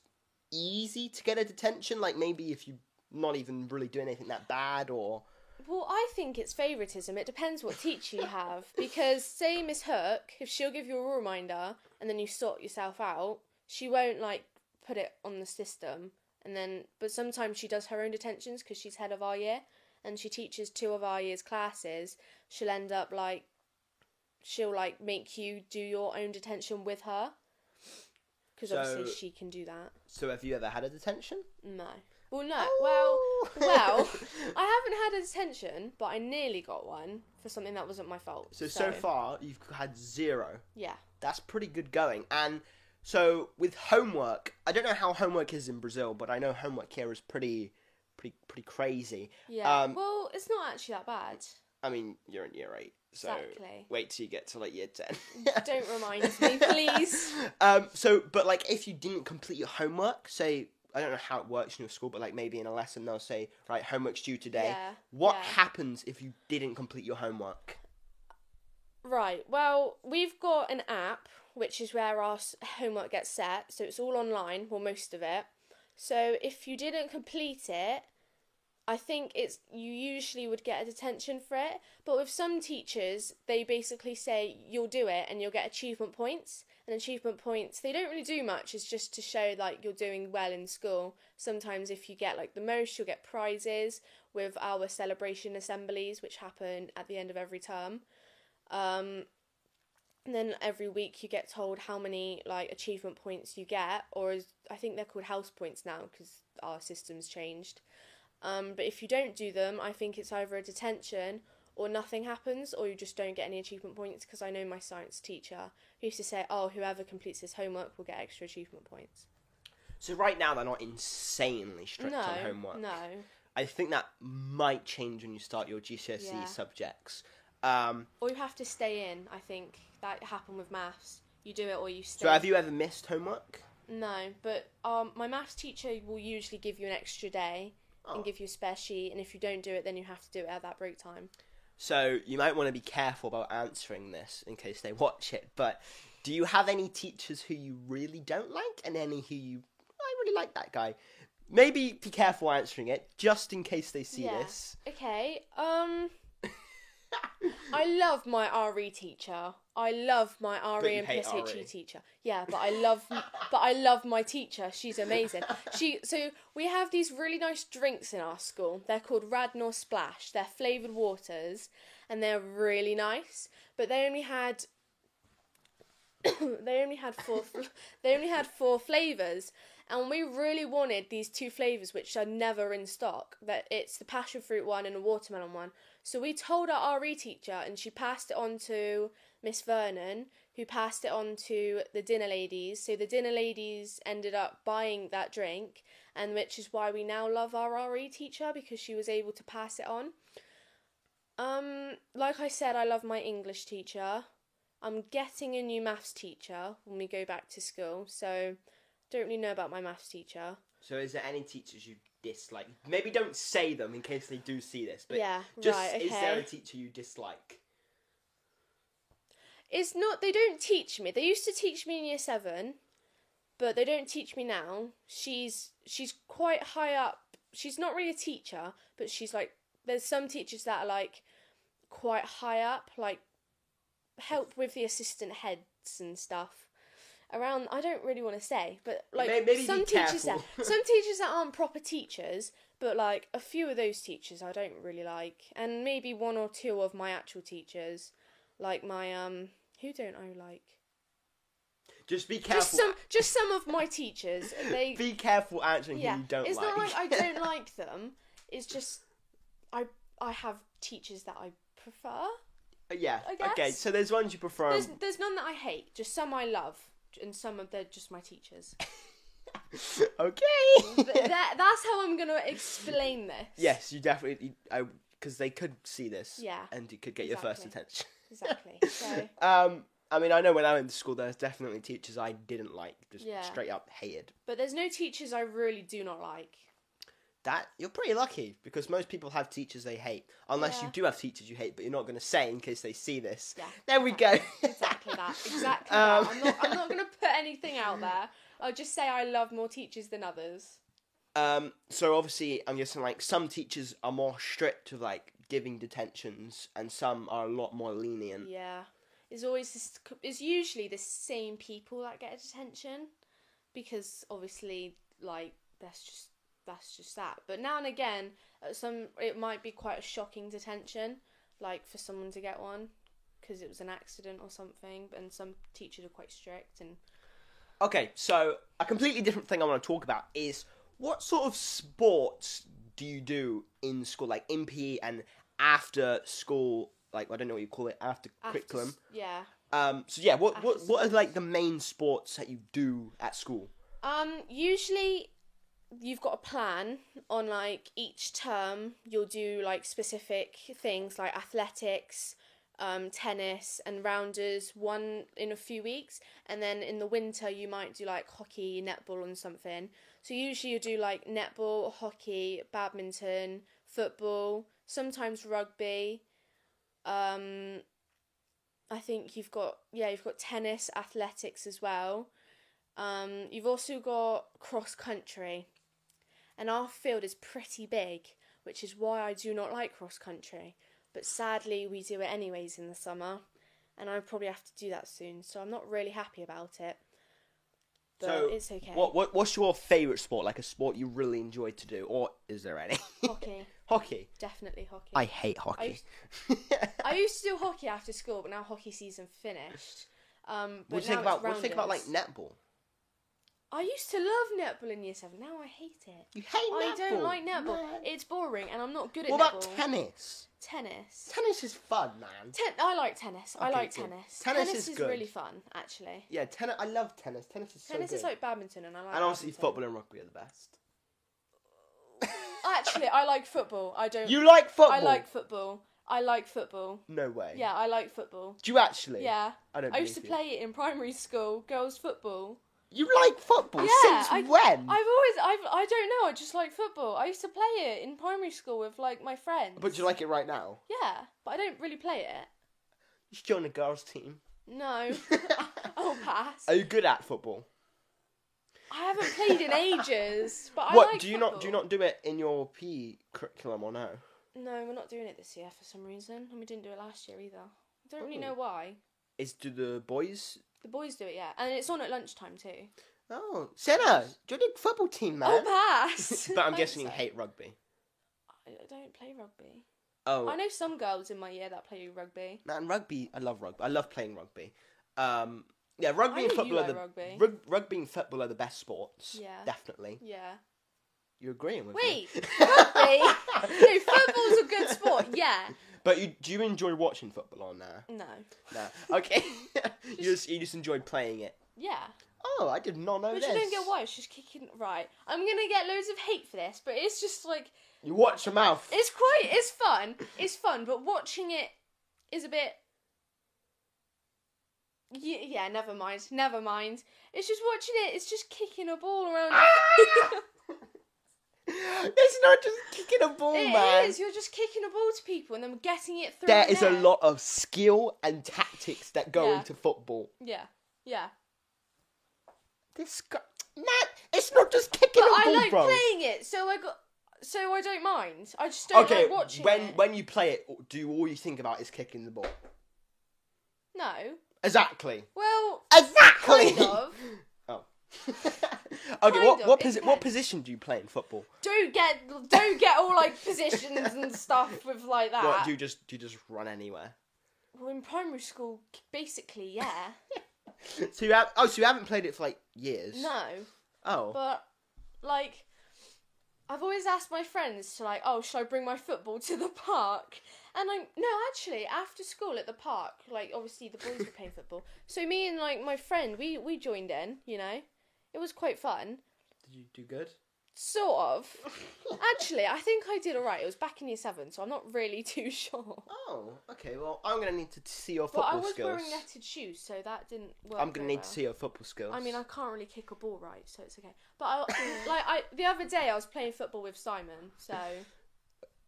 Speaker 1: easy to get a detention? Like maybe if you not even really do anything that bad or
Speaker 2: Well, I think it's favouritism. It depends what teacher you have. Because, say, Miss Hook, if she'll give you a reminder and then you sort yourself out, she won't, like, put it on the system. And then, but sometimes she does her own detentions because she's head of our year and she teaches two of our year's classes. She'll end up, like, she'll, like, make you do your own detention with her. Because obviously
Speaker 1: So-
Speaker 2: she can do that.
Speaker 1: so have you ever had a detention?
Speaker 2: No. Well, no.
Speaker 1: Oh.
Speaker 2: Uh, Well, well, I haven't had a detention, but I nearly got one for something that wasn't my fault.
Speaker 1: So so far you've had zero.
Speaker 2: yeah.
Speaker 1: That's pretty good going. And so with homework, I don't know how homework is in Brazil, but I know homework here is pretty pretty pretty crazy.
Speaker 2: Yeah.
Speaker 1: Um,
Speaker 2: well, it's not actually that bad.
Speaker 1: I mean, you're in year eight, so
Speaker 2: Exactly.
Speaker 1: wait till you get to like year ten.
Speaker 2: Don't remind me, please.
Speaker 1: Um, so, but like, if you didn't complete your homework, say, I don't know how it works in your school, but like maybe in a lesson they'll say, right, homework's due today.
Speaker 2: Yeah,
Speaker 1: what
Speaker 2: yeah.
Speaker 1: happens if you didn't complete your homework?
Speaker 2: Right. Well, we've got an app which is where our s- homework gets set, so it's all online. Well, most of it. So if you didn't complete it, I think it's you usually would get a detention for it. But with some teachers, they basically say you'll do it and you'll get achievement points. And achievement points, they don't really do much. It's just to show like you're doing well in school. Sometimes if you get like the most, you'll get prizes with our celebration assemblies, which happen at the end of every term. Um, and then every week you get told how many like achievement points you get, or is, I think they're called house points now because our system's changed. Um, but if you don't do them, I think it's either a detention or nothing happens, or you just don't get any achievement points. Because I know my science teacher who used to say, "Oh, whoever completes this homework will get extra achievement points."
Speaker 1: So right now they're not insanely strict
Speaker 2: no,
Speaker 1: on homework.
Speaker 2: no,
Speaker 1: I think that might change when you start your GCSE
Speaker 2: Yeah.
Speaker 1: E subjects. Um,
Speaker 2: or you have to stay in. I think that happened with maths. You do it or you stay.
Speaker 1: so have you ever missed homework?
Speaker 2: No, but um, my maths teacher will usually give you an extra day
Speaker 1: Oh.
Speaker 2: and give you a spare sheet, and if you don't do it, then you have to do it at that break time.
Speaker 1: So you might want to be careful about answering this in case they watch it. But do you have any teachers who you really don't like, and any who you I really like that guy? Maybe be careful answering it, just in case they see
Speaker 2: Yeah.
Speaker 1: this.
Speaker 2: Okay. Um, I love my RE teacher. I love my
Speaker 1: But
Speaker 2: RE
Speaker 1: you
Speaker 2: and
Speaker 1: hate E.
Speaker 2: PSHE
Speaker 1: RE.
Speaker 2: E teacher. Yeah, but I love, but I love my teacher. She's amazing. She so we have these really nice drinks in our school. They're called Radnor Splash. They're flavored waters, and they're really nice. But they only had they only had four they only had four flavors and we really wanted these two flavors which are never in stock that it's the passion fruit one and the watermelon one so we told our re teacher and she passed it on to miss vernon who passed it on to the dinner ladies so the dinner ladies ended up buying that drink and which is why we now love our re teacher because she was able to pass it on um like i said i love my english teacher I'm getting a new maths teacher when we go back to school, so don't really know about my maths teacher.
Speaker 1: So is there any teachers you dislike? Maybe don't say them in case they do see this. But
Speaker 2: Yeah,
Speaker 1: just
Speaker 2: right,
Speaker 1: is there a
Speaker 2: okay.
Speaker 1: teacher you dislike?
Speaker 2: It's not they don't teach me. They used to teach me in year 7, but they don't teach me now. She's she's quite high up. She's not really a teacher, but she's like there's some teachers that are like quite high up, like help with the assistant heads and stuff. Around, I don't really want to say, but like
Speaker 1: May- maybe be
Speaker 2: some teachers that
Speaker 1: careful.
Speaker 2: some teachers that aren't proper teachers, but like a few of those teachers I don't really like, and maybe one or two of my actual teachers, like my um, who don't I like?
Speaker 1: Just be careful.
Speaker 2: Just some, just some of my teachers. They
Speaker 1: Be careful answering
Speaker 2: yeah.
Speaker 1: who you don't
Speaker 2: it's
Speaker 1: like.
Speaker 2: not like I don't like them. It's just I I have teachers that I prefer.
Speaker 1: Um, yeah.
Speaker 2: I
Speaker 1: Okay.
Speaker 2: guess.
Speaker 1: So there's ones you prefer.
Speaker 2: There's there's none that I hate. Just some I love, and some of they're just my teachers.
Speaker 1: okay.
Speaker 2: But that, that's how I'm gonna explain this.
Speaker 1: Yes, you definitely. I because they could see this.
Speaker 2: Yeah,
Speaker 1: And you could get your first
Speaker 2: exactly.
Speaker 1: attention.
Speaker 2: Exactly. So
Speaker 1: Um, I mean, I know when I went to school, there's definitely teachers I didn't like, just
Speaker 2: Yeah.
Speaker 1: straight up hated.
Speaker 2: but there's no teachers I really do not like.
Speaker 1: that, you're pretty lucky because most people have teachers they hate. Unless you
Speaker 2: Yeah.
Speaker 1: do have teachers you hate, but you're not going to say in case they see this.
Speaker 2: Yeah.
Speaker 1: There we go.
Speaker 2: exactly that. Exactly
Speaker 1: Um,
Speaker 2: that. I'm not, I'm not going to put anything out there. I'll just say I love more teachers than others.
Speaker 1: Um, so obviously, I'm guessing like some teachers are more strict with like giving detentions, and some are a lot more lenient.
Speaker 2: Yeah. It's always this, it's usually the same people that get detention because obviously like that's just that's just that. But now and again, at some it might be quite a shocking detention like for someone to get one because it was an accident or something and some teachers are quite strict and
Speaker 1: Okay, so a completely different thing I want to talk about is what sort of sports do you do in school, like in PE and after school? Like I don't know what you call it after,
Speaker 2: after,
Speaker 1: curriculum.
Speaker 2: s- yeah.
Speaker 1: Um, so yeah, what
Speaker 2: After
Speaker 1: what what are like the main sports that you do at school?
Speaker 2: Um, usually you've got a plan on like each term you'll do like specific things like athletics, um, tennis and rounders one in a few weeks and then in the winter you might do like hockey, netball and something. So usually you do like netball, hockey, badminton, football, sometimes rugby. Um I think you've got yeah, you've got tennis, athletics as well. Um, you've also got cross country, and our field is pretty big, which is why I do not like cross country. But sadly, we do it anyways in the summer, and I probably have to do that soon, so I'm not really happy about it. But
Speaker 1: So,
Speaker 2: it's okay.
Speaker 1: What what what's your favorite sport? Like a sport you really enjoy to do, or is there any?
Speaker 2: Hockey,
Speaker 1: hockey.
Speaker 2: definitely hockey.
Speaker 1: I hate hockey.
Speaker 2: I used to do hockey after school, but now hockey season finished. Um, but
Speaker 1: What do you
Speaker 2: now
Speaker 1: think about
Speaker 2: it's
Speaker 1: what do you think about like
Speaker 2: rounders.
Speaker 1: netball?
Speaker 2: I used to love netball in year seven. Now I hate it.
Speaker 1: You hate
Speaker 2: I don't like netball.
Speaker 1: man.
Speaker 2: It's boring, and I'm not good at
Speaker 1: What
Speaker 2: netball.
Speaker 1: about tennis?
Speaker 2: tennis.
Speaker 1: Tennis is fun, man.
Speaker 2: Ten- I like tennis. I
Speaker 1: Okay,
Speaker 2: like
Speaker 1: good.
Speaker 2: tennis.
Speaker 1: Tennis is
Speaker 2: is,
Speaker 1: good.
Speaker 2: really fun, actually.
Speaker 1: Yeah, tennis. I love tennis. Tennis is so
Speaker 2: tennis
Speaker 1: good.
Speaker 2: is like badminton, and I like.
Speaker 1: and obviously
Speaker 2: badminton.
Speaker 1: football and rugby are the best.
Speaker 2: Actually, I like football. I don't.
Speaker 1: you like football?
Speaker 2: I like football. I like football.
Speaker 1: No way.
Speaker 2: Yeah, I like football.
Speaker 1: Do you actually?
Speaker 2: Yeah.
Speaker 1: I don't.
Speaker 2: I used to
Speaker 1: believe
Speaker 2: play it in primary school, girls' football.
Speaker 1: You You like football
Speaker 2: Yeah,
Speaker 1: since
Speaker 2: I-
Speaker 1: when?
Speaker 2: I've always, I've, I don't know. I just like football. I used to play it in primary school with like my friends.
Speaker 1: But do you like it right now?
Speaker 2: Yeah, but I don't really play it.
Speaker 1: You should join a girls' team.
Speaker 2: No, I'll Oh, pass.
Speaker 1: Are you good at football?
Speaker 2: I haven't played in ages. But I
Speaker 1: what
Speaker 2: like
Speaker 1: do you not do you
Speaker 2: football.
Speaker 1: not do it in your PE curriculum or no?
Speaker 2: No, we're not doing it this year for some reason, and we didn't do it last year either. I don't really
Speaker 1: Oh.
Speaker 2: know why.
Speaker 1: Is do the boys?
Speaker 2: The boys do it, yeah, and it's on at lunchtime too.
Speaker 1: Oh, Senna, join the football team, man.
Speaker 2: Oh, pass!
Speaker 1: but I'm
Speaker 2: Thanks,
Speaker 1: guessing you
Speaker 2: though.
Speaker 1: hate rugby.
Speaker 2: I I don't play rugby.
Speaker 1: Oh,
Speaker 2: I know some girls in my year that play rugby.
Speaker 1: Man, rugby. I love rugby. I love playing rugby. Um, yeah, rugby
Speaker 2: I
Speaker 1: and
Speaker 2: know you
Speaker 1: football are
Speaker 2: like
Speaker 1: the
Speaker 2: rugby.
Speaker 1: rug- rugby and football are the best sports.
Speaker 2: Yeah.
Speaker 1: definitely.
Speaker 2: Yeah.
Speaker 1: You're agreeing with me.
Speaker 2: Wait, rugby? no, football's a good sport. Yeah.
Speaker 1: But you do you enjoy watching football or nah?
Speaker 2: No.
Speaker 1: Nah. Okay. you just you just enjoy playing it.
Speaker 2: Yeah.
Speaker 1: Oh, I did not know
Speaker 2: But
Speaker 1: this.
Speaker 2: you don't get why she's kicking. Right. I'm gonna get loads of hate for this, but it's just like
Speaker 1: You watch your mouth.
Speaker 2: it's quite it's fun. It's fun, but watching it is a bit. Yeah, yeah, never mind, never mind. It's just watching it. It's just kicking a ball around.
Speaker 1: it's not just kicking a ball,
Speaker 2: It
Speaker 1: man.
Speaker 2: is, You're just kicking a ball to people and then getting it through.
Speaker 1: There
Speaker 2: the
Speaker 1: is a
Speaker 2: net.
Speaker 1: lot of skill and tactics that go
Speaker 2: Yeah.
Speaker 1: into football.
Speaker 2: Yeah, yeah.
Speaker 1: This guy, man, it's not just kicking
Speaker 2: But
Speaker 1: a
Speaker 2: I
Speaker 1: ball,
Speaker 2: like
Speaker 1: bro.
Speaker 2: playing it, so I got. So I don't mind. I just don't like watching
Speaker 1: when
Speaker 2: it.
Speaker 1: when you play it, do you- all you think about is kicking the ball?
Speaker 2: No.
Speaker 1: Exactly.
Speaker 2: Well,
Speaker 1: Exactly.
Speaker 2: kind of.
Speaker 1: Oh. okay.
Speaker 2: Kind
Speaker 1: What
Speaker 2: of,
Speaker 1: what
Speaker 2: it
Speaker 1: posi- what
Speaker 2: depends.
Speaker 1: position do you play in football?
Speaker 2: Don't get don't get all like positions and stuff with like that.
Speaker 1: What do you just do you just run anywhere?
Speaker 2: Well, in primary school, c- basically, yeah.
Speaker 1: So you have oh so you haven't played it for like years?
Speaker 2: no,
Speaker 1: Oh.
Speaker 2: but like, I've always asked my friends to like, oh, should I bring my football to the park? And I'm no, actually, after school at the park, like obviously the boys were playing football, so me and like my friend, we we joined in, you know, it was quite fun.
Speaker 1: Did you do good?
Speaker 2: Sort of. Actually, I think I did alright. It was back in year seven, so I'm not really too sure.
Speaker 1: Oh, okay. Well, I'm gonna need to t- see your
Speaker 2: But I
Speaker 1: football
Speaker 2: was
Speaker 1: skills.
Speaker 2: wearing netted shoes, so that didn't work.
Speaker 1: I'm gonna
Speaker 2: very
Speaker 1: need
Speaker 2: well.
Speaker 1: to see your football skills.
Speaker 2: I mean, I can't really kick a ball right, so it's okay. But I, like, I the other day I was playing football with Simon, so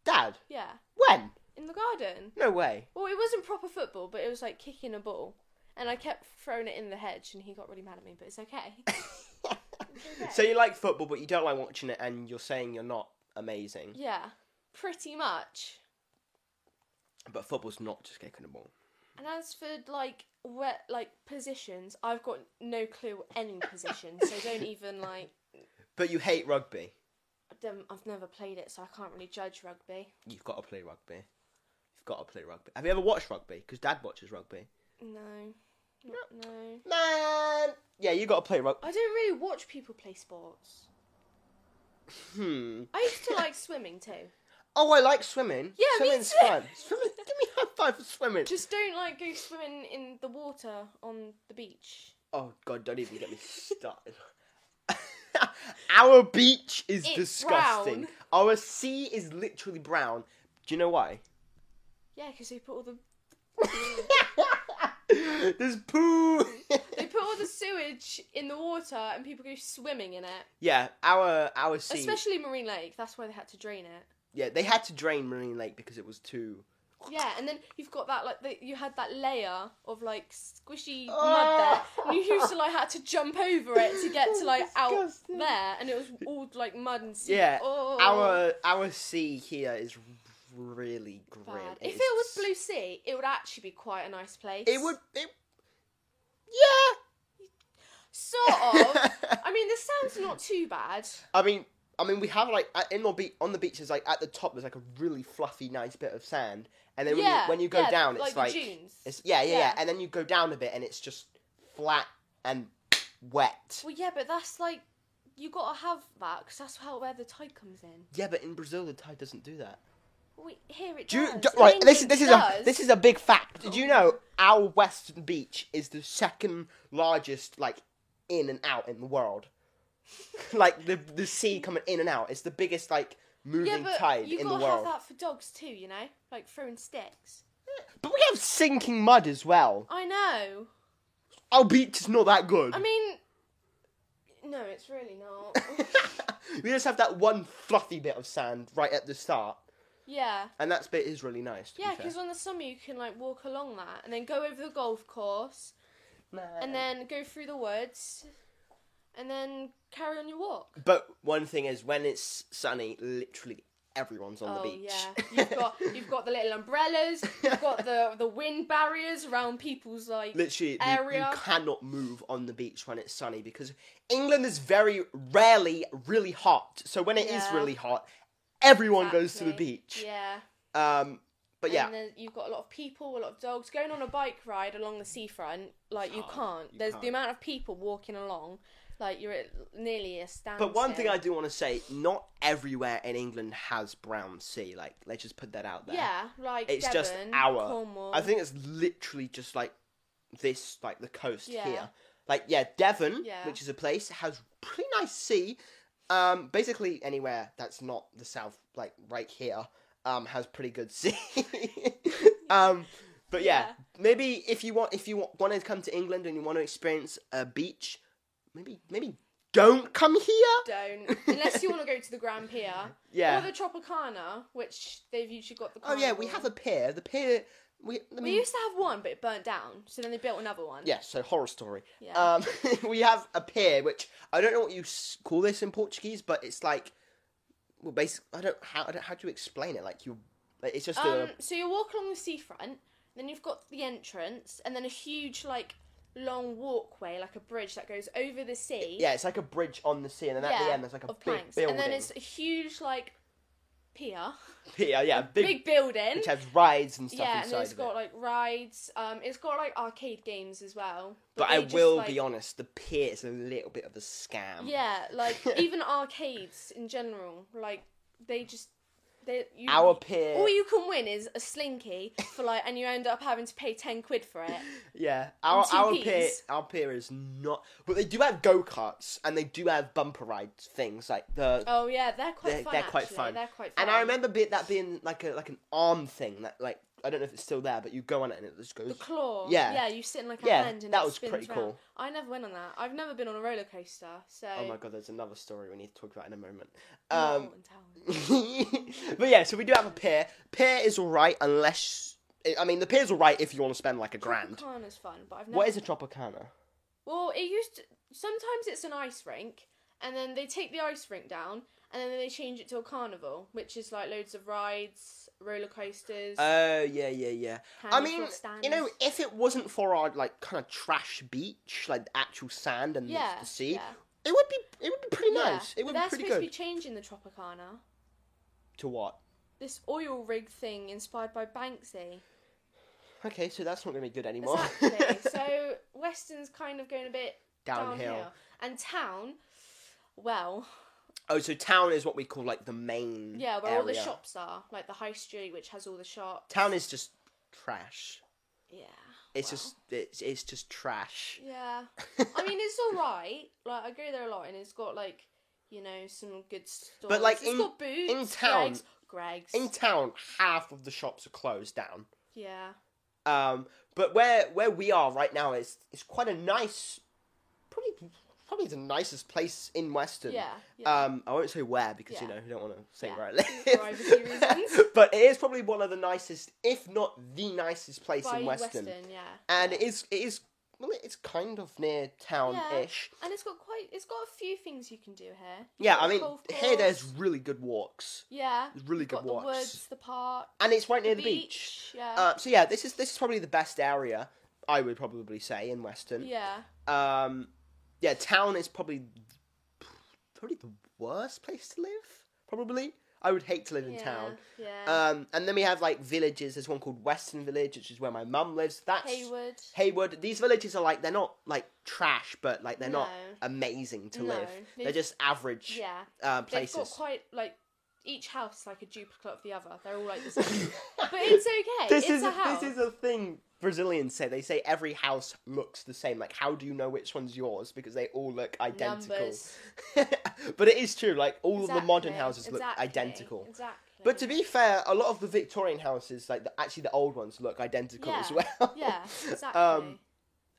Speaker 1: Dad,
Speaker 2: yeah,
Speaker 1: when?
Speaker 2: in the garden.
Speaker 1: No way.
Speaker 2: Well, it wasn't proper football, but it was like kicking a ball, and I kept throwing it in the hedge, and he got really mad at me. But it's okay.
Speaker 1: So you like football, but you don't like watching it, and you're saying you're not amazing.
Speaker 2: yeah, pretty much.
Speaker 1: But football's not just kicking the ball.
Speaker 2: And as for like where like positions, I've got no clue any position, so don't even like.
Speaker 1: But you hate rugby.
Speaker 2: I've done- I've never played it, so I can't really judge rugby.
Speaker 1: You've got to play rugby. You've got to play rugby. Have you ever watched rugby? Because Dad watches rugby.
Speaker 2: No, not, no.
Speaker 1: Man. Yeah, you got to play rugby.
Speaker 2: I don't really watch people play sports.
Speaker 1: Hmm.
Speaker 2: I used to like swimming too.
Speaker 1: Oh, I like swimming.
Speaker 2: Yeah, me
Speaker 1: swimming's
Speaker 2: too.
Speaker 1: fun. Swimming. Give me a high five for swimming.
Speaker 2: Just don't like go swimming in the water on the beach.
Speaker 1: Oh God, don't even get me started. Our beach is
Speaker 2: It's
Speaker 1: disgusting.
Speaker 2: brown.
Speaker 1: Our sea is literally brown. Do you know why?
Speaker 2: Yeah, because they put all the
Speaker 1: There's poo.
Speaker 2: they put all the sewage in the water and people go swimming in it.
Speaker 1: yeah, our our sea.
Speaker 2: Especially Marine Lake. That's why they had to drain it.
Speaker 1: yeah, they had to drain Marine Lake because it was too.
Speaker 2: Yeah, and then you've got that like the, you had that layer of like squishy mud
Speaker 1: Oh.
Speaker 2: there, and you used to like had to jump over it to get to like out
Speaker 1: Disgusting.
Speaker 2: there, and it was all like mud and sea.
Speaker 1: Yeah,
Speaker 2: oh,
Speaker 1: our our sea here is really grim.
Speaker 2: bad.
Speaker 1: is
Speaker 2: If it was blue sea, it would actually be quite a nice place.
Speaker 1: It would. It, yeah.
Speaker 2: sort of. I mean, this sounds not too bad.
Speaker 1: I mean, I mean, we have like at, in the beach on the beach. There's like at the top. There's like a really fluffy, nice bit of sand, and then
Speaker 2: yeah.
Speaker 1: when, you, when you go
Speaker 2: yeah,
Speaker 1: down, it's
Speaker 2: like,
Speaker 1: like
Speaker 2: the dunes.
Speaker 1: it's yeah, yeah, yeah,
Speaker 2: Yeah.
Speaker 1: and then you go down a bit, and it's just flat and wet.
Speaker 2: Well, yeah, but that's like you gotta have that because that's how where the tide comes in.
Speaker 1: Yeah, but in Brazil, the tide doesn't do that.
Speaker 2: We, here it
Speaker 1: Do you,
Speaker 2: does.
Speaker 1: do- right,
Speaker 2: In
Speaker 1: this is
Speaker 2: England
Speaker 1: this is
Speaker 2: it
Speaker 1: a
Speaker 2: does.
Speaker 1: this is a big fact. Did you know our western beach is the second largest like in and out in the world? like the the sea coming in and out. It's the biggest like
Speaker 2: yeah,
Speaker 1: moving
Speaker 2: but
Speaker 1: tide
Speaker 2: you
Speaker 1: in the
Speaker 2: gotta
Speaker 1: world.
Speaker 2: have that for dogs too, you know, like throwing sticks.
Speaker 1: But we have sinking mud as well.
Speaker 2: I know.
Speaker 1: Our beach is not that good.
Speaker 2: I mean, no, it's really not.
Speaker 1: we just have that one fluffy bit of sand right at the start,
Speaker 2: yeah.
Speaker 1: and that bit is really nice. To
Speaker 2: Yeah,
Speaker 1: be fair.
Speaker 2: because on the summer you can like walk along that and then go over the golf course and then go through the woods and then carry on your walk.
Speaker 1: But one thing is, when it's sunny, literally everyone's on
Speaker 2: oh
Speaker 1: the beach.
Speaker 2: yeah, you've got you've got the little umbrellas, you've got the the wind barriers around people's like
Speaker 1: literally you-
Speaker 2: area.
Speaker 1: You, cannot move on the beach when it's sunny because England is very rarely really hot. So when it is
Speaker 2: Yeah.
Speaker 1: really hot, everyone goes to the
Speaker 2: Exactly.
Speaker 1: beach.
Speaker 2: Yeah.
Speaker 1: Um, but yeah,
Speaker 2: And then you've got a lot of people, a lot of dogs going on a bike ride along the seafront. Like you
Speaker 1: hard.
Speaker 2: can't.
Speaker 1: You
Speaker 2: There's
Speaker 1: can't.
Speaker 2: the amount of people walking along. Like you're at nearly a standstill.
Speaker 1: But one thing I do want to say, not everywhere in England has brown sea. Like, let's just put that out there.
Speaker 2: yeah, like
Speaker 1: It's
Speaker 2: Devon,
Speaker 1: just our.
Speaker 2: Cornwall.
Speaker 1: I think it's literally just like this, like the coast
Speaker 2: Yeah.
Speaker 1: here. Like, yeah, Devon,
Speaker 2: Yeah.
Speaker 1: which is a place, has pretty nice sea. Um, basically anywhere that's not the south, like right here, um, has pretty good sea. um, but yeah,
Speaker 2: Yeah.
Speaker 1: maybe if you want, if you want to come to England and you want to experience a beach, maybe maybe don't come here.
Speaker 2: don't unless you want to go to the Grand Pier
Speaker 1: Yeah.
Speaker 2: or the Tropicana, which they've usually got the.
Speaker 1: Oh yeah, we have a pier. The pier. We. I
Speaker 2: We
Speaker 1: mean,
Speaker 2: used to have one, but it burnt down, so then they built another one.
Speaker 1: yeah. So horror story.
Speaker 2: Yeah.
Speaker 1: Um, we have a pier, which I don't know what you s- call this in Portuguese, but it's like, well, basically, I don't how I don't, how do you explain it? Like you, like, it's just
Speaker 2: Um,
Speaker 1: a
Speaker 2: so you walk along the seafront, then you've got the entrance, and then a huge like long walkway, like a bridge that goes over the sea.
Speaker 1: yeah. It's like a bridge on the sea, and then at the
Speaker 2: yeah,
Speaker 1: end there's like a
Speaker 2: of
Speaker 1: big
Speaker 2: planks,
Speaker 1: building.
Speaker 2: and then it's a huge like pier,
Speaker 1: pier, yeah, big,
Speaker 2: big, building.
Speaker 1: which has rides and stuff
Speaker 2: yeah, and
Speaker 1: inside
Speaker 2: it's
Speaker 1: of
Speaker 2: got
Speaker 1: it.
Speaker 2: like rides. Um, it's got like arcade games as well.
Speaker 1: But
Speaker 2: they
Speaker 1: I
Speaker 2: just,
Speaker 1: will
Speaker 2: like-
Speaker 1: be honest, the pier is a little bit of a scam.
Speaker 2: Yeah, like even arcades in general, like they just They, you,
Speaker 1: our peer.
Speaker 2: all you can win is a slinky for like, and you end up having to pay ten quid for it.
Speaker 1: Yeah, our
Speaker 2: two
Speaker 1: our
Speaker 2: Ps.
Speaker 1: peer our peer is not, but they do have go karts and they do have bumper ride things like the.
Speaker 2: Oh yeah, they're quite
Speaker 1: They're-
Speaker 2: fun.
Speaker 1: they're quite
Speaker 2: actually.
Speaker 1: fun.
Speaker 2: They're quite fun.
Speaker 1: and I remember be, that being like a like an arm thing that like I don't know if it's still there, but you go on it and it just
Speaker 2: the
Speaker 1: goes.
Speaker 2: claw.
Speaker 1: Yeah.
Speaker 2: yeah. You sit in like a
Speaker 1: Yeah,
Speaker 2: hand, and
Speaker 1: that
Speaker 2: it
Speaker 1: was
Speaker 2: spins
Speaker 1: pretty
Speaker 2: round.
Speaker 1: cool.
Speaker 2: I never went on that. I've never been on a roller coaster, so.
Speaker 1: Oh my god, there's another story we need to talk about in a moment.
Speaker 2: Not
Speaker 1: Um,
Speaker 2: Alton Towers.
Speaker 1: but yeah, so we do have a peer. Peer is alright unless I mean the peer's alright if you want to spend like a grand.
Speaker 2: Tropicana's fun, but I've never.
Speaker 1: What is a Tropicana?
Speaker 2: Well, it used to, sometimes it's an ice rink, and then they take the ice rink down, and then they change it to a carnival, which is like loads of rides, roller coasters.
Speaker 1: Oh yeah, yeah, yeah. I
Speaker 2: handicap
Speaker 1: mean,
Speaker 2: stands.
Speaker 1: you know, if it wasn't for our like kind of trash beach, like the actual sand and the-
Speaker 2: yeah,
Speaker 1: the sea,
Speaker 2: yeah,
Speaker 1: it would be it would be pretty
Speaker 2: yeah.
Speaker 1: nice. It would
Speaker 2: They're
Speaker 1: be pretty
Speaker 2: supposed
Speaker 1: good.
Speaker 2: to be changing the Tropicana.
Speaker 1: To what?
Speaker 2: This oil rig thing inspired by Banksy.
Speaker 1: Okay, so that's not gonna be good anymore.
Speaker 2: Exactly. so Weston's kind of going a bit
Speaker 1: Downhill.
Speaker 2: and town. Well,
Speaker 1: Oh, so town is what we call like the main.
Speaker 2: yeah, where all the
Speaker 1: area.
Speaker 2: shops are, like the high street, which has all the shops.
Speaker 1: Town is just trash.
Speaker 2: Yeah.
Speaker 1: It's
Speaker 2: well.
Speaker 1: just it's it's just trash.
Speaker 2: Yeah. I mean, it's all right. Like I go there a lot, and it's got like you know some good stores.
Speaker 1: But, like,
Speaker 2: It's
Speaker 1: in-
Speaker 2: got boots,
Speaker 1: in town-
Speaker 2: Greg's, Greg's.
Speaker 1: in town, half of the shops are closed down.
Speaker 2: yeah.
Speaker 1: Um, but where where we are right now is is quite a nice, probably probably the nicest place in Weston.
Speaker 2: Yeah. yeah.
Speaker 1: Um, I won't say where because you
Speaker 2: Yeah.
Speaker 1: know you don't want to say
Speaker 2: Yeah.
Speaker 1: where I
Speaker 2: For privacy reasons.
Speaker 1: live. but it is probably one of the nicest, if not the nicest place
Speaker 2: By
Speaker 1: in Weston.
Speaker 2: Weston. yeah.
Speaker 1: And
Speaker 2: yeah.
Speaker 1: it is it is well, it's kind of near town-ish.
Speaker 2: and it's got quite. It's got a few things you can do here. You've
Speaker 1: Yeah,
Speaker 2: got
Speaker 1: I
Speaker 2: a
Speaker 1: mean
Speaker 2: golf
Speaker 1: here there's
Speaker 2: course.
Speaker 1: really good walks,
Speaker 2: Yeah.
Speaker 1: really
Speaker 2: You've
Speaker 1: good
Speaker 2: got the
Speaker 1: walks,
Speaker 2: woods, the park,
Speaker 1: and it's right near
Speaker 2: the
Speaker 1: the beach.
Speaker 2: Yeah.
Speaker 1: Uh, so yeah, this is this is probably the best area I would probably say in Weston.
Speaker 2: yeah.
Speaker 1: Um, yeah, town is probably probably the worst place to live. Probably, I would hate to live in
Speaker 2: yeah.
Speaker 1: town.
Speaker 2: Yeah.
Speaker 1: Um, and then we have like villages. There's one called Weston Village, which is where my mum lives. That's
Speaker 2: Haywood.
Speaker 1: Hayward. These villages are like they're not like trash, but like they're not
Speaker 2: No.
Speaker 1: amazing to
Speaker 2: No,
Speaker 1: live. They're
Speaker 2: they've-
Speaker 1: just average
Speaker 2: Yeah.
Speaker 1: uh,
Speaker 2: They've got
Speaker 1: places.
Speaker 2: quite like each house is like a duplicate of the other. They're all like the same. but it's okay.
Speaker 1: this
Speaker 2: it's
Speaker 1: is
Speaker 2: a house.
Speaker 1: this is a thing Brazilians say. They say every house looks the same. Like, how do you know which one's yours? Because they all look identical.
Speaker 2: Numbers.
Speaker 1: but it is true. Like all of the modern
Speaker 2: Exactly,
Speaker 1: houses look
Speaker 2: exactly,
Speaker 1: identical.
Speaker 2: Exactly.
Speaker 1: But to be fair, a lot of the Victorian houses, like the, actually the old ones, look identical as well. Um,
Speaker 2: yeah, exactly.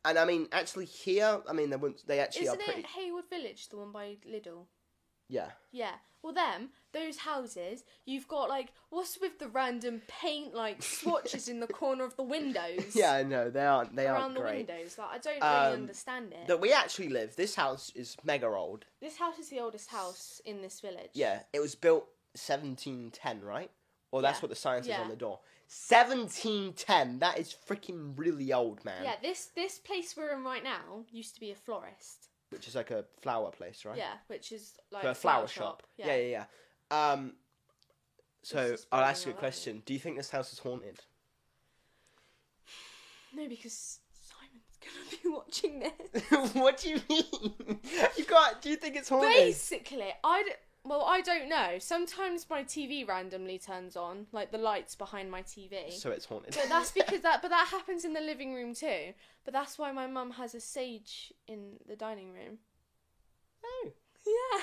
Speaker 1: and I mean, actually here, I mean, they wouldn't. They actually
Speaker 2: Isn't
Speaker 1: are pretty.
Speaker 2: it Haywood Village, the one by Lidl?
Speaker 1: Yeah.
Speaker 2: Yeah. Well, them those houses, you've got like what's with the random paint like swatches in the corner of the windows?
Speaker 1: Yeah, I know they aren't. They
Speaker 2: Around
Speaker 1: aren't
Speaker 2: the
Speaker 1: great.
Speaker 2: windows, like I don't
Speaker 1: Um,
Speaker 2: really understand it.
Speaker 1: That we actually live. This house is mega old.
Speaker 2: This house is the oldest house in this village.
Speaker 1: Yeah, it was built 1710, right? Or that's
Speaker 2: Yeah.
Speaker 1: what the sign says
Speaker 2: Yeah.
Speaker 1: on the door. 1710. That is freaking really old, man.
Speaker 2: Yeah. This this place we're in right now used to be a florist.
Speaker 1: Which is like a flower place, right?
Speaker 2: Yeah, which is like
Speaker 1: So a flower, shop. Yeah, yeah, yeah. Um, so
Speaker 2: This is
Speaker 1: I'll ask you
Speaker 2: probably
Speaker 1: a
Speaker 2: not
Speaker 1: question. Do you think this house is haunted?
Speaker 2: No, because Simon's gonna be watching this.
Speaker 1: what do you mean? you got? Do you think it's haunted?
Speaker 2: Basically, I d- well, I don't know. Sometimes my TV randomly turns on, like the lights behind my TV.
Speaker 1: So it's haunted.
Speaker 2: but that's because that, but that happens in the living room too. But that's why my mum has a sage in the dining room.
Speaker 1: Oh.
Speaker 2: Yeah,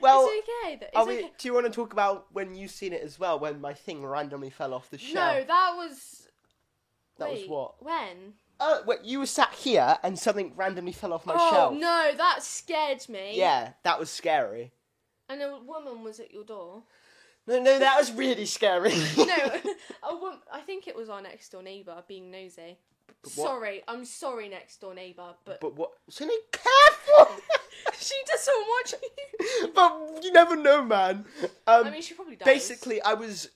Speaker 1: Well,
Speaker 2: it's okay. That, it's
Speaker 1: are we,
Speaker 2: okay.
Speaker 1: do you want to talk about when you seen it as well? When my thing randomly fell off the shelf.
Speaker 2: No, that was.
Speaker 1: that was
Speaker 2: wait,
Speaker 1: what.
Speaker 2: When?
Speaker 1: Oh, wait, you were sat here and something randomly fell off my
Speaker 2: oh
Speaker 1: shelf.
Speaker 2: no, that scared me.
Speaker 1: Yeah, that was scary.
Speaker 2: And a woman was at your door.
Speaker 1: No, no, that was really scary.
Speaker 2: no, a wom- I think it was our next door neighbour being nosy.
Speaker 1: But what-
Speaker 2: Sorry, I'm sorry, next door neighbour, but,
Speaker 1: But what? So be careful.
Speaker 2: she doesn't watch you.
Speaker 1: but you never know, man. Um,
Speaker 2: I mean, she probably does.
Speaker 1: basically, I was,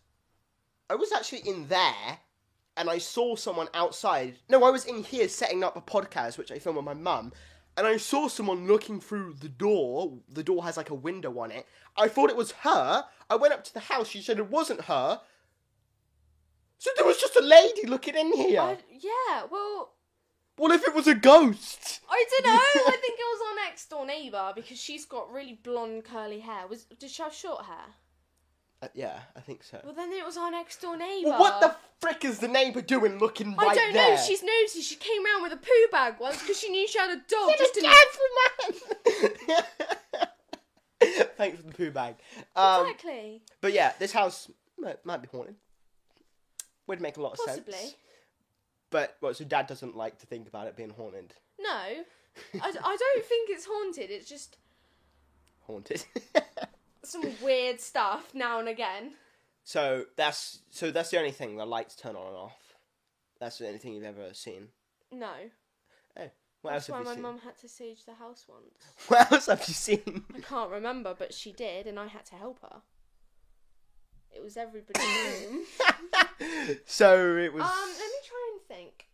Speaker 1: I was actually in there, and I saw someone outside. No, I was in here setting up a podcast, which I film with my mum. And I saw someone looking through the door. The door has like a window on it. I thought it was her. I went up to the house. She said it wasn't her. So there was just a lady looking in here.
Speaker 2: I, Uh, yeah, well,
Speaker 1: What if it was a ghost?
Speaker 2: I don't know. I think it was our next door neighbour because she's got really blonde curly hair. Was does she have short hair?
Speaker 1: Uh, yeah, I think so.
Speaker 2: Well, then it was our next door neighbour.
Speaker 1: Well, what the frick is the neighbour doing looking
Speaker 2: I
Speaker 1: right
Speaker 2: don't
Speaker 1: there?
Speaker 2: know. She's nosy. She came round with a poo bag once because she knew she had a dog. just in
Speaker 1: gentleman! Thanks for the poo bag. Um,
Speaker 2: exactly.
Speaker 1: But yeah, this house might, might be haunted. Would make a lot of
Speaker 2: Possibly.
Speaker 1: sense. But, well, so dad doesn't like to think about it being haunted.
Speaker 2: No, I, I don't think it's haunted. It's just
Speaker 1: Haunted.
Speaker 2: some weird stuff now and again.
Speaker 1: so that's so that's the only thing. The lights turn on and off. That's the only thing you've ever seen.
Speaker 2: No,
Speaker 1: What else
Speaker 2: that's why
Speaker 1: have you
Speaker 2: my
Speaker 1: seen?
Speaker 2: mum had to sage the house once.
Speaker 1: What else have you seen?
Speaker 2: I can't remember, but she did, and I had to help her. It was everybody's room.
Speaker 1: so it was.
Speaker 2: Um, let me try and think.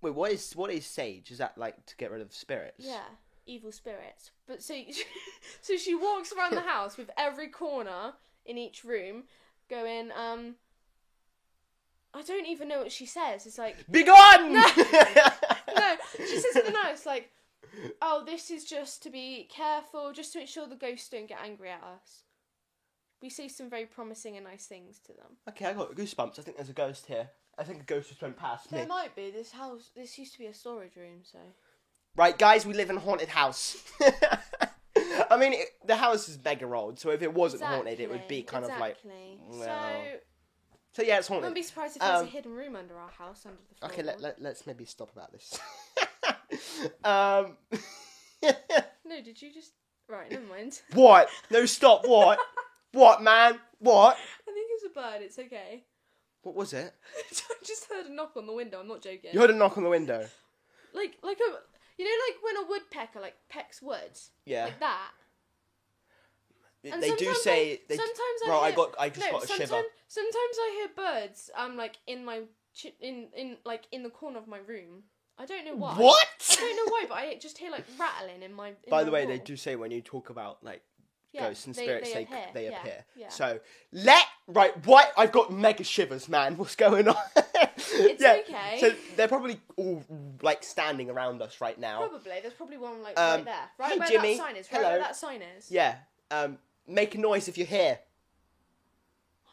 Speaker 1: Wait, what is what is sage? Is that like to get rid of spirits?
Speaker 2: Yeah, evil spirits. But so, so she walks around the house with every corner in each room, going. Um, I don't even know what she says. It's like
Speaker 1: Begone!
Speaker 2: No. no, she says something else like, "Oh, this is just to be careful, just to make sure the ghosts don't get angry at us." We say some very promising and nice things to them.
Speaker 1: Okay, I got goosebumps. I think there's a ghost here. I think a ghost just went past me.
Speaker 2: There might be this house. This used to be a storage room, so
Speaker 1: Right, guys, we live in a haunted house. I mean, it, the house is mega old, so if it wasn't haunted, it would be kind of like.
Speaker 2: exactly.
Speaker 1: well,
Speaker 2: so.
Speaker 1: So yeah, it's
Speaker 2: I wouldn't
Speaker 1: haunted.
Speaker 2: be surprised if there's
Speaker 1: Um,
Speaker 2: a hidden room under our house, under the floor.
Speaker 1: Okay, let, let, let's maybe stop about this. um,
Speaker 2: No, did you just? Right, never mind.
Speaker 1: what? No, stop. What? what, man? What?
Speaker 2: I think it's a bird. It's okay.
Speaker 1: What was it?
Speaker 2: I just heard a knock on the window. I'm not joking.
Speaker 1: You heard a knock on the window.
Speaker 2: Like, like a, you know, like when a woodpecker like pecks wood,
Speaker 1: Yeah,
Speaker 2: like that. And
Speaker 1: they do
Speaker 2: sometimes
Speaker 1: say.
Speaker 2: I,
Speaker 1: they,
Speaker 2: sometimes
Speaker 1: bro,
Speaker 2: I,
Speaker 1: I
Speaker 2: hear,
Speaker 1: got. I just
Speaker 2: no,
Speaker 1: got a
Speaker 2: sometimes,
Speaker 1: shiver.
Speaker 2: Sometimes I hear birds. Um, like in my chi- in in like in the corner of my room. I don't know why. I
Speaker 1: What?
Speaker 2: don't know why, but I just hear like rattling in my. In
Speaker 1: By
Speaker 2: my
Speaker 1: the way, they
Speaker 2: wall.
Speaker 1: do say when you talk about like
Speaker 2: Yeah,
Speaker 1: ghosts and spirits, they
Speaker 2: appear.
Speaker 1: they
Speaker 2: yeah,
Speaker 1: appear.
Speaker 2: Yeah.
Speaker 1: So let right, what I've got mega shivers, man. What's going on? it's
Speaker 2: okay.
Speaker 1: So they're probably all like standing around us right now.
Speaker 2: Probably. There's probably one like
Speaker 1: Um,
Speaker 2: right there.
Speaker 1: hey,
Speaker 2: Right where
Speaker 1: Jimmy.
Speaker 2: that sign is. Right
Speaker 1: Hello.
Speaker 2: where that sign is.
Speaker 1: Yeah. Um, make a noise if you're here.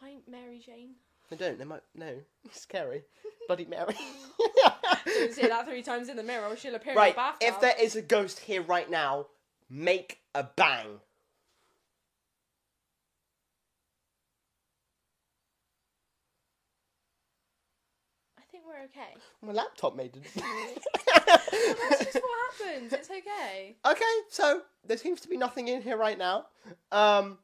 Speaker 2: Hi, Mary Jane.
Speaker 1: No, don't. They might. No, it's scary. Bloody Mary.
Speaker 2: You say that three times in the mirror, she'll appear in
Speaker 1: right.
Speaker 2: the bathtub.
Speaker 1: If there is a ghost here right now, make a bang.
Speaker 2: I think we're okay.
Speaker 1: My laptop made it.
Speaker 2: That's just what happens. It's okay.
Speaker 1: Okay, so there seems to be nothing in here right now. Um,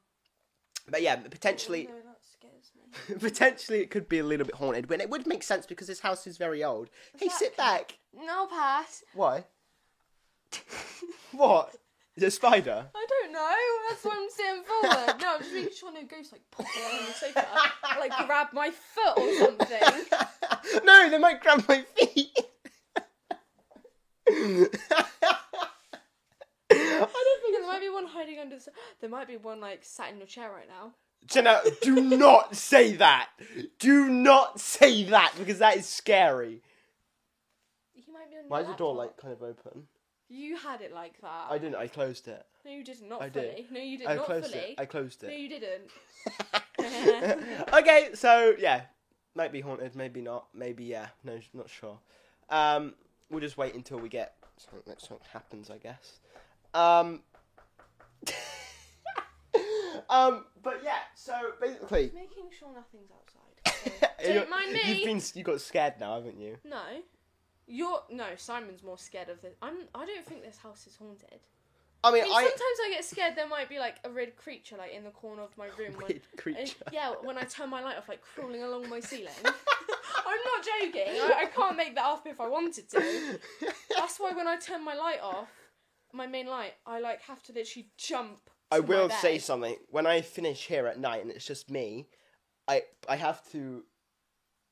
Speaker 1: but yeah, potentially,
Speaker 2: No, that scares me.
Speaker 1: potentially it could be a little bit haunted, but it would make sense because this house is very old. Hey, sit
Speaker 2: Exactly.
Speaker 1: back.
Speaker 2: No pass.
Speaker 1: Why? what? The spider?
Speaker 2: I don't know. That's why I'm sitting forward. No, I'm just making sure no ghosts like pop around the sofa, or, like grab my foot or something.
Speaker 1: no, they might grab my feet. I
Speaker 2: There might be one hiding under. The... There might be one like sat in your chair right now.
Speaker 1: don't, Jenna, do not say that. Do not say that because that is scary.
Speaker 2: He might be on.
Speaker 1: Why
Speaker 2: your
Speaker 1: is the door like
Speaker 2: laptop.
Speaker 1: kind of open?
Speaker 2: You had it like that.
Speaker 1: I didn't. I closed it.
Speaker 2: No, you did not
Speaker 1: I
Speaker 2: fully.
Speaker 1: did.
Speaker 2: No, you did
Speaker 1: I
Speaker 2: not
Speaker 1: closed
Speaker 2: fully.
Speaker 1: it. I closed
Speaker 2: No,
Speaker 1: it.
Speaker 2: you didn't.
Speaker 1: okay, so yeah, might be haunted, maybe not, maybe yeah. No, sh- not sure. Um, we'll just wait until we get something that something happens, I guess. Um, um, but yeah. So basically,
Speaker 2: Making sure nothing's outside. so-
Speaker 1: you're-
Speaker 2: mind
Speaker 1: You've
Speaker 2: me.
Speaker 1: been you got scared now, haven't you?
Speaker 2: No, you're no. Simon's more scared of this. I'm. I don't think this house is haunted.
Speaker 1: I mean,
Speaker 2: I mean,
Speaker 1: I
Speaker 2: sometimes I get scared. There might be like a red creature like in the corner of my room. When,
Speaker 1: weird creature.
Speaker 2: uh, yeah, when I turn my light off, like crawling along my ceiling. I'm not joking. I, I can't make that up if I wanted to. That's why when I turn my light off, my main light, I like have to literally jump.
Speaker 1: I
Speaker 2: to my
Speaker 1: will say
Speaker 2: bed.
Speaker 1: something. When I finish here at night and it's just me, I I have to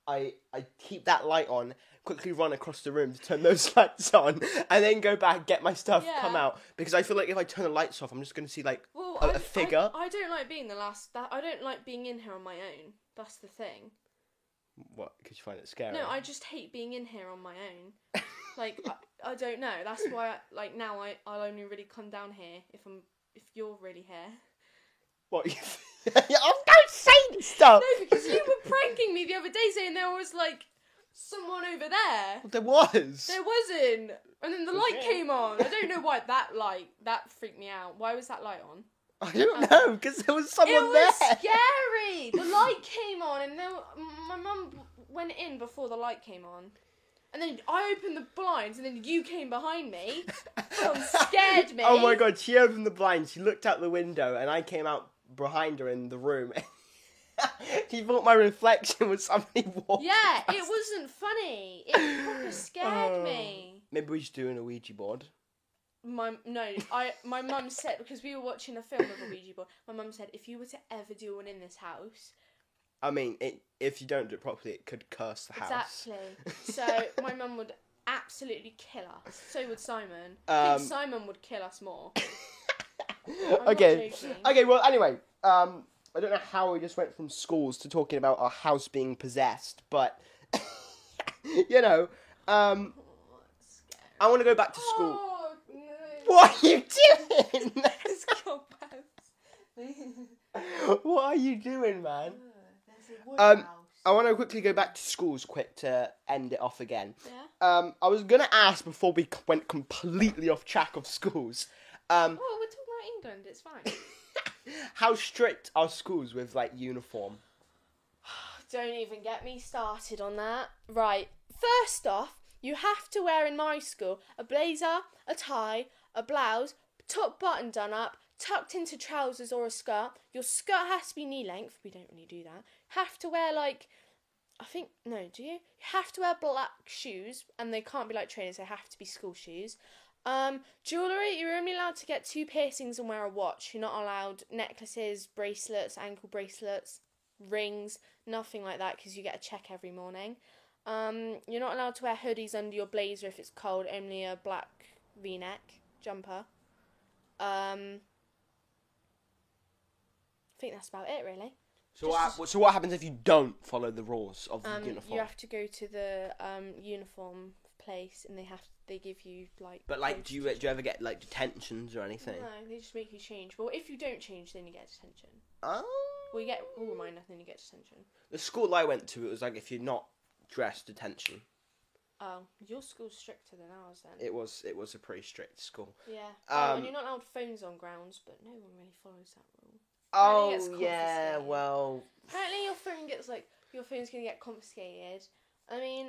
Speaker 1: I I keep that light on, quickly run across the room to turn those lights on, and then go back, get my stuff, come
Speaker 2: Yeah.
Speaker 1: out. Because I feel like if I turn the lights off I'm just gonna see like
Speaker 2: well,
Speaker 1: a-
Speaker 2: I-
Speaker 1: a
Speaker 2: I-
Speaker 1: figure.
Speaker 2: I, don't like being the last. That I don't like being in here on my own. That's the thing.
Speaker 1: what, could you find it scary?
Speaker 2: No, I just hate being in here on my own. like I, I don't know. That's why I, like now I I'll only really come down here if I'm if you're really here.
Speaker 1: What oh, don't say stuff.
Speaker 2: No, because you were pranking me the other day saying there was like someone over there.
Speaker 1: There was.
Speaker 2: There wasn't. And then the light
Speaker 1: Okay.
Speaker 2: came on. I don't know why that light that freaked me out. Why was that light on?
Speaker 1: I don't know because there was someone
Speaker 2: it was
Speaker 1: there.
Speaker 2: scary. The light came on, and then my mum went in before the light came on. And then I opened the blinds, and then you came behind me. Someone scared me.
Speaker 1: Oh my god, she opened the blind, she looked out the window, and I came out behind her in the room. she thought my reflection was somebody walking.
Speaker 2: Yeah, it
Speaker 1: past.
Speaker 2: wasn't funny. It proper scared
Speaker 1: Oh.
Speaker 2: me.
Speaker 1: Maybe we should do an Ouija board.
Speaker 2: My no, I my mum said because we were watching a film of a Ouija board. My mum said if you were to ever do one in this house,
Speaker 1: I mean, it, if you don't do it properly, it could curse the house.
Speaker 2: exactly. So my mum would absolutely kill us. So would Simon. I
Speaker 1: Um,
Speaker 2: think Simon would kill us more. not
Speaker 1: okay.
Speaker 2: joking.
Speaker 1: Okay, well, anyway, um, I don't know how we just went from schools to talking about our house being possessed, but, you know, um,
Speaker 2: Oh, that's scary.
Speaker 1: I want to go back to school.
Speaker 2: Oh, no.
Speaker 1: What are
Speaker 2: Oh,
Speaker 1: you doing?
Speaker 2: It's got bounce.
Speaker 1: what are you doing, man?
Speaker 2: There's a wood
Speaker 1: Um,
Speaker 2: house.
Speaker 1: I want to quickly go back to schools quick to end it off again.
Speaker 2: Yeah.
Speaker 1: Um, I was gonna ask before we c- went completely off track of schools. Um,
Speaker 2: Oh, we're talking about England. It's fine.
Speaker 1: how strict are schools with like uniform?
Speaker 2: Don't even get me started on that. Right, first off, you have to wear in my school a blazer, a tie, a blouse, top button done up, tucked into trousers or a skirt. Your skirt has to be knee length. We don't really do that. Have to wear like, I think no, do you? You have to wear black shoes, and they can't be like trainers. They have to be school shoes. Um, jewelry. You're only allowed to get two piercings and wear a watch. You're not allowed necklaces, bracelets, ankle bracelets, rings, nothing like that because you get a check every morning. Um, you're not allowed to wear hoodies under your blazer if it's cold, only a black v neck jumper. Um, I think that's about it, really.
Speaker 1: So what, so what happens if you don't follow the rules of the
Speaker 2: Um,
Speaker 1: uniform?
Speaker 2: you have to go to the um, uniform place and they have they give you like.
Speaker 1: But like, do you
Speaker 2: notification.
Speaker 1: do you ever get like detentions or anything?
Speaker 2: No, they just make you change. Well, if you don't change, then you get detention.
Speaker 1: Um,
Speaker 2: Well, you get all mine, and then you get detention.
Speaker 1: the school I went to, it was like if you're not dressed, detention.
Speaker 2: Oh, your school's stricter than ours then.
Speaker 1: It was it was a pretty strict school.
Speaker 2: Yeah. Oh,
Speaker 1: Um,
Speaker 2: and you're not allowed phones on grounds, but no one really follows that rule. Apparently it gets
Speaker 1: Oh yeah,
Speaker 2: confiscated.
Speaker 1: well,
Speaker 2: Apparently, your phone gets like your phone's gonna get confiscated. I mean,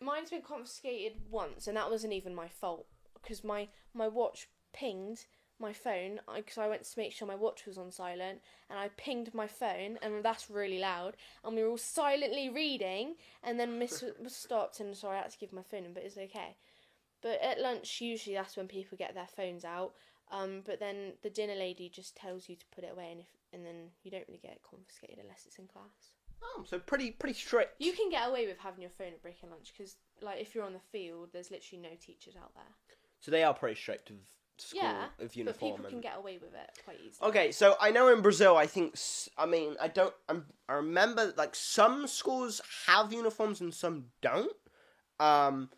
Speaker 2: mine's been confiscated once, and that wasn't even my fault because my my watch pinged my phone because I went to make sure my watch was on silent, and I pinged my phone, and that's really loud. And we were all silently reading, and then Miss was- was stopped, and so I had to give my phone, in, but it's okay. But at lunch, usually that's when people get their phones out. Um, but then the dinner lady just tells you to put it away, and if and then you don't really get it confiscated unless it's in class.
Speaker 1: um, so pretty pretty strict.
Speaker 2: You can get away with having your phone at break and lunch because, like, if you're on the field, there's literally no teachers out there.
Speaker 1: So they are pretty strict with school
Speaker 2: yeah,
Speaker 1: of
Speaker 2: but
Speaker 1: uniform.
Speaker 2: people can
Speaker 1: and- Oh.
Speaker 2: get away with it quite easily.
Speaker 1: Okay, so I know in Brazil, I think s- I mean I don't I'm, I remember like some schools have uniforms and some don't. Um,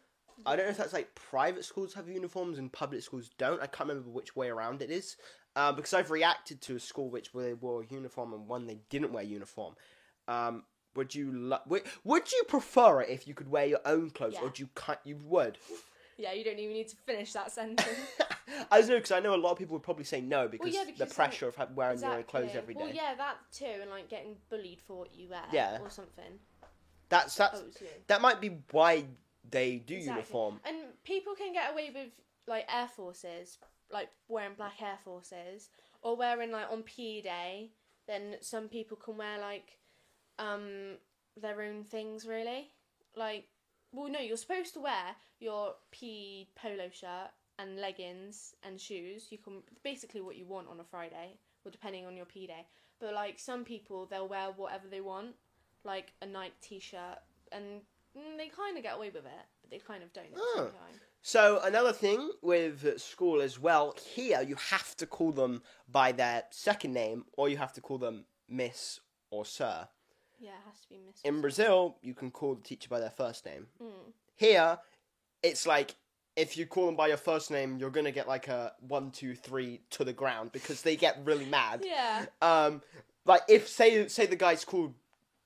Speaker 1: I don't know if that's like private schools have uniforms and public schools don't. I can't remember which way around it is. Uh, because I've reacted to a school which where they wore a uniform and one they didn't wear uniform. Um, would you lo- would, would you prefer it if you could wear your own clothes
Speaker 2: Yeah.
Speaker 1: or do you cut you would?
Speaker 2: Yeah, you don't even need to finish that sentence.
Speaker 1: I don't know because I know a lot of people would probably say no because,
Speaker 2: yeah,
Speaker 1: the
Speaker 2: because, like,
Speaker 1: pressure of ha- wearing your own clothes every day.
Speaker 2: Well, yeah, that too, and like getting bullied for what you wear.
Speaker 1: Yeah.
Speaker 2: Or something.
Speaker 1: That's that's
Speaker 2: Oh, it's you.
Speaker 1: that might be why they do
Speaker 2: Exactly.
Speaker 1: uniform.
Speaker 2: And people can get away with like air forces, like wearing black air forces, or wearing like on PE day. Then some people can wear like um their own things really. Like, well, no, you're supposed to wear your PE polo shirt and leggings and shoes. You can basically what you want on a Friday, or depending on your PE day. But like some people, they'll wear whatever they want, like a Nike t-shirt, and mm, they kind of get away with it, but they kind of don't at the
Speaker 1: Oh.
Speaker 2: same time.
Speaker 1: So another thing with school as well, here you have to call them by their second name or you have to call them Miss or Sir.
Speaker 2: Yeah, it has to be missed.
Speaker 1: In Brazil, you can call the teacher by their first name.
Speaker 2: Mm.
Speaker 1: Here, it's like if you call them by your first name, you're gonna get like a one, two, three to the ground because they get really mad.
Speaker 2: Yeah,
Speaker 1: Um, like if say say the guy's called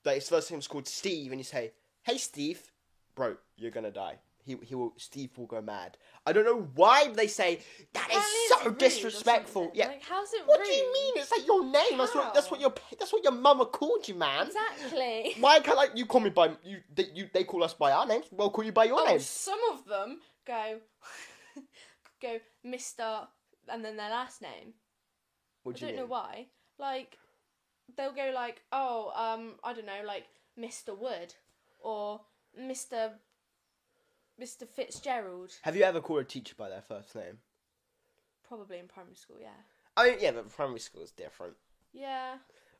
Speaker 1: like his first name's called Steve and you say, Hey Steve bro, you're gonna die. He he will Steve will go mad. I don't know why they say that is so
Speaker 3: rude or
Speaker 1: disrespectful.
Speaker 3: something.
Speaker 1: Yeah.
Speaker 3: Like, how's it
Speaker 1: what
Speaker 3: rude?
Speaker 1: do you mean? It's like your name. That's what that's what your that's what your mama called you, man.
Speaker 3: Exactly.
Speaker 1: Why can't like you call me by you they, you they call us by our names? Well, call you by your
Speaker 2: Oh,
Speaker 1: names.
Speaker 2: some of them go, go Mister, and then their last name.
Speaker 1: What
Speaker 2: I
Speaker 1: do
Speaker 2: don't
Speaker 1: you
Speaker 2: know
Speaker 1: mean?
Speaker 2: why. Like, they'll go like, oh, um, I don't know, like Mister Wood or Mister, Mister Fitzgerald.
Speaker 1: Have you ever called a teacher by their first name?
Speaker 2: Probably in primary school, yeah.
Speaker 1: I mean, yeah, but primary school is different.
Speaker 2: Yeah.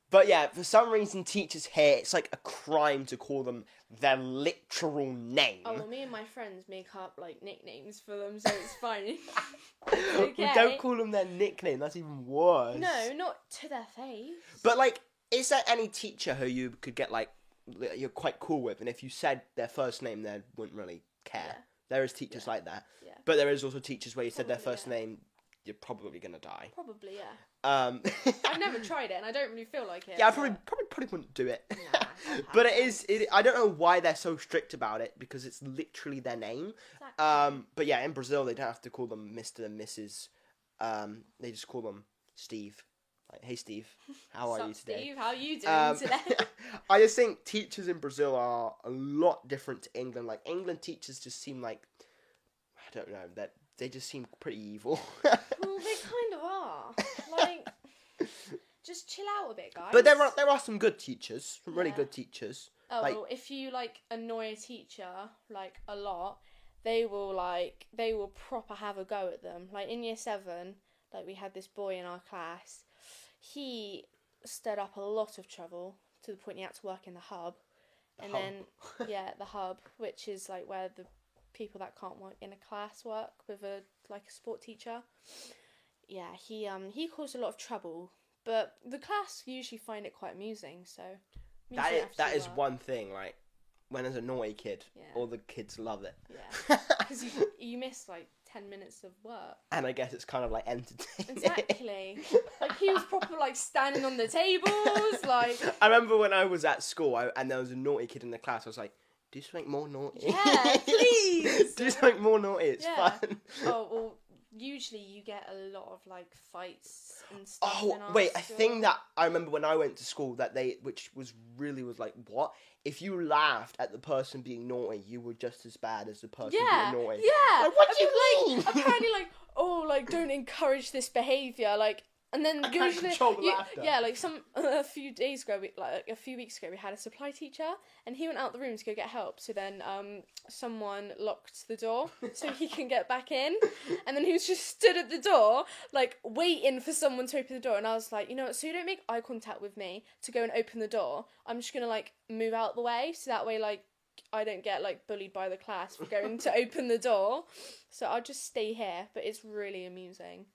Speaker 1: But yeah, for some reason, teachers here it's like a crime to call them their literal name.
Speaker 2: Oh, well, me and my friends make up like nicknames for them, so it's fine.
Speaker 1: We
Speaker 2: okay.
Speaker 1: don't call them their nickname. That's even worse.
Speaker 2: no, not to their face.
Speaker 1: But like, is there any teacher who you could get like that you're quite cool with, and if you said their first name, they wouldn't really care.
Speaker 2: Yeah.
Speaker 1: There is teachers like that.
Speaker 2: Yeah.
Speaker 1: But there is also teachers where you said their
Speaker 2: Probably,
Speaker 1: first
Speaker 2: yeah.
Speaker 1: name, you're probably gonna die.
Speaker 2: Probably, yeah.
Speaker 1: Um,
Speaker 2: I've never tried it, and I don't really feel like it.
Speaker 1: yeah, I
Speaker 2: so-
Speaker 1: probably probably probably wouldn't do it.
Speaker 2: Nah, I
Speaker 1: but it is. It, I don't know why they're so strict about it because it's literally their name.
Speaker 2: Exactly.
Speaker 1: Um, but yeah, in Brazil they don't have to call them Mister and Mrs. Um, they just call them Steve. Like, hey Steve, how are
Speaker 2: Sup,
Speaker 1: you today?
Speaker 2: Steve? How you doing
Speaker 1: Um,
Speaker 2: today?
Speaker 1: I just think teachers in Brazil are a lot different to England. Like England teachers just seem like I don't know that they just seem pretty evil.
Speaker 2: well, they kind of are. Like, just chill out a bit, guys.
Speaker 1: but there are there are some good teachers, some really
Speaker 2: Yeah.
Speaker 1: good teachers.
Speaker 2: Oh,
Speaker 1: like-
Speaker 2: well, if you like annoy a teacher like a lot, they will like they will proper have a go at them. Like in year seven, like we had this boy in our class. He stirred up a lot of trouble to the point he had to work in the hub, and
Speaker 1: hub.
Speaker 2: then yeah, the hub, which is like where the people that can't work in a class work with a like a sport teacher. Yeah, he um he caused a lot of trouble, but the class usually find it quite amusing. So we
Speaker 1: That
Speaker 2: don't
Speaker 1: is,
Speaker 2: have to
Speaker 1: that
Speaker 2: do
Speaker 1: is one thing. Like when there's a naughty kid,
Speaker 2: Yeah.
Speaker 1: all the kids love it.
Speaker 2: Yeah, because you you miss like ten minutes of work.
Speaker 1: and I guess it's kind of like entertaining.
Speaker 2: Exactly. like he was proper like standing on the tables, like
Speaker 1: I remember when I was at school I, and there was a naughty kid in the class. I was like, "Do something more naughty."
Speaker 2: yeah, please.
Speaker 1: Do something more naughty. It's
Speaker 2: Yeah.
Speaker 1: fun.
Speaker 2: Oh well, usually you get a lot of like fights and stuff.
Speaker 1: Oh
Speaker 2: in our
Speaker 1: wait, a
Speaker 2: school.
Speaker 1: thing that I remember when I went to school that they, which was really was like, what if you laughed at the person being naughty, you were just as bad as the person
Speaker 2: Yeah,
Speaker 1: being naughty.
Speaker 2: yeah.
Speaker 1: Like, what
Speaker 2: I
Speaker 1: do you
Speaker 2: mean,
Speaker 1: mean?
Speaker 2: like, apparently, like oh, like don't encourage this behavior, like. And then
Speaker 1: I can't
Speaker 2: usually,
Speaker 1: control the
Speaker 2: you-
Speaker 1: laughter.
Speaker 2: yeah, like some a few days ago, we, like a few weeks ago, we had a supply teacher, and he went out the room to go get help. So then, um, someone locked the door so he can get back in, and then he was just stood at the door, like waiting for someone to open the door. And I was like, you know what? So you don't make eye contact with me to go and open the door. I'm just gonna like move out the way, so that way, like I don't get like bullied by the class for going to open the door. So I'll just stay here, but it's really amusing.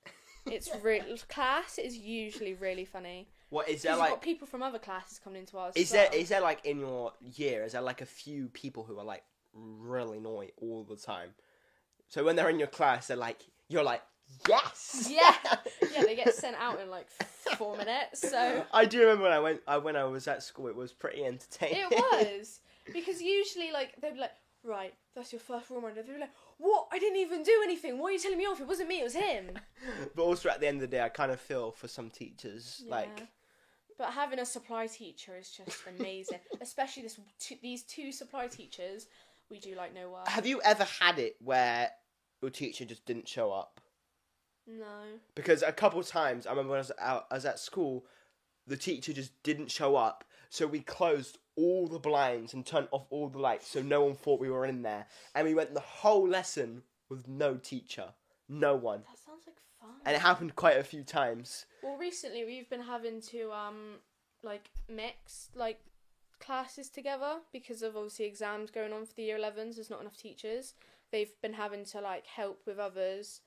Speaker 2: It's really class is usually really funny.
Speaker 1: What is
Speaker 2: 'Cause
Speaker 1: there
Speaker 2: you've got
Speaker 1: like?
Speaker 2: people from other classes coming into ours.
Speaker 1: Is
Speaker 2: as well.
Speaker 1: there is there like in your year? Is there like a few people who are like really naughty all the time? So when they're in your class, they're like, you're like, yes,
Speaker 2: Yeah. yeah, they get sent out in like four minutes. So
Speaker 1: I do remember when I went I, when I was at school. It was pretty entertaining.
Speaker 2: it was because usually like they'd be like, right, that's your first rule model. They'd be like, what? I didn't even do anything. What are you telling me off? It wasn't me. It was him.
Speaker 1: but also at the end of the day, I kind of feel for some teachers. Like,
Speaker 2: Yeah. But having a supply teacher is just amazing, especially this two, these two supply teachers. We do like no work.
Speaker 1: have you ever had it where your teacher just didn't show up?
Speaker 2: No.
Speaker 1: Because a couple times, I remember when I was, out, I was at school, the teacher just didn't show up, so we closed all the blinds and turned off all the lights, so no one thought we were in there, and we went the whole lesson with no teacher, no one,
Speaker 2: That sounds like fun.
Speaker 1: and it happened quite a few times.
Speaker 2: well, recently we've been having to um like mix like classes together because of obviously exams going on for the year 11s. There's not enough teachers. They've been having to like help with others.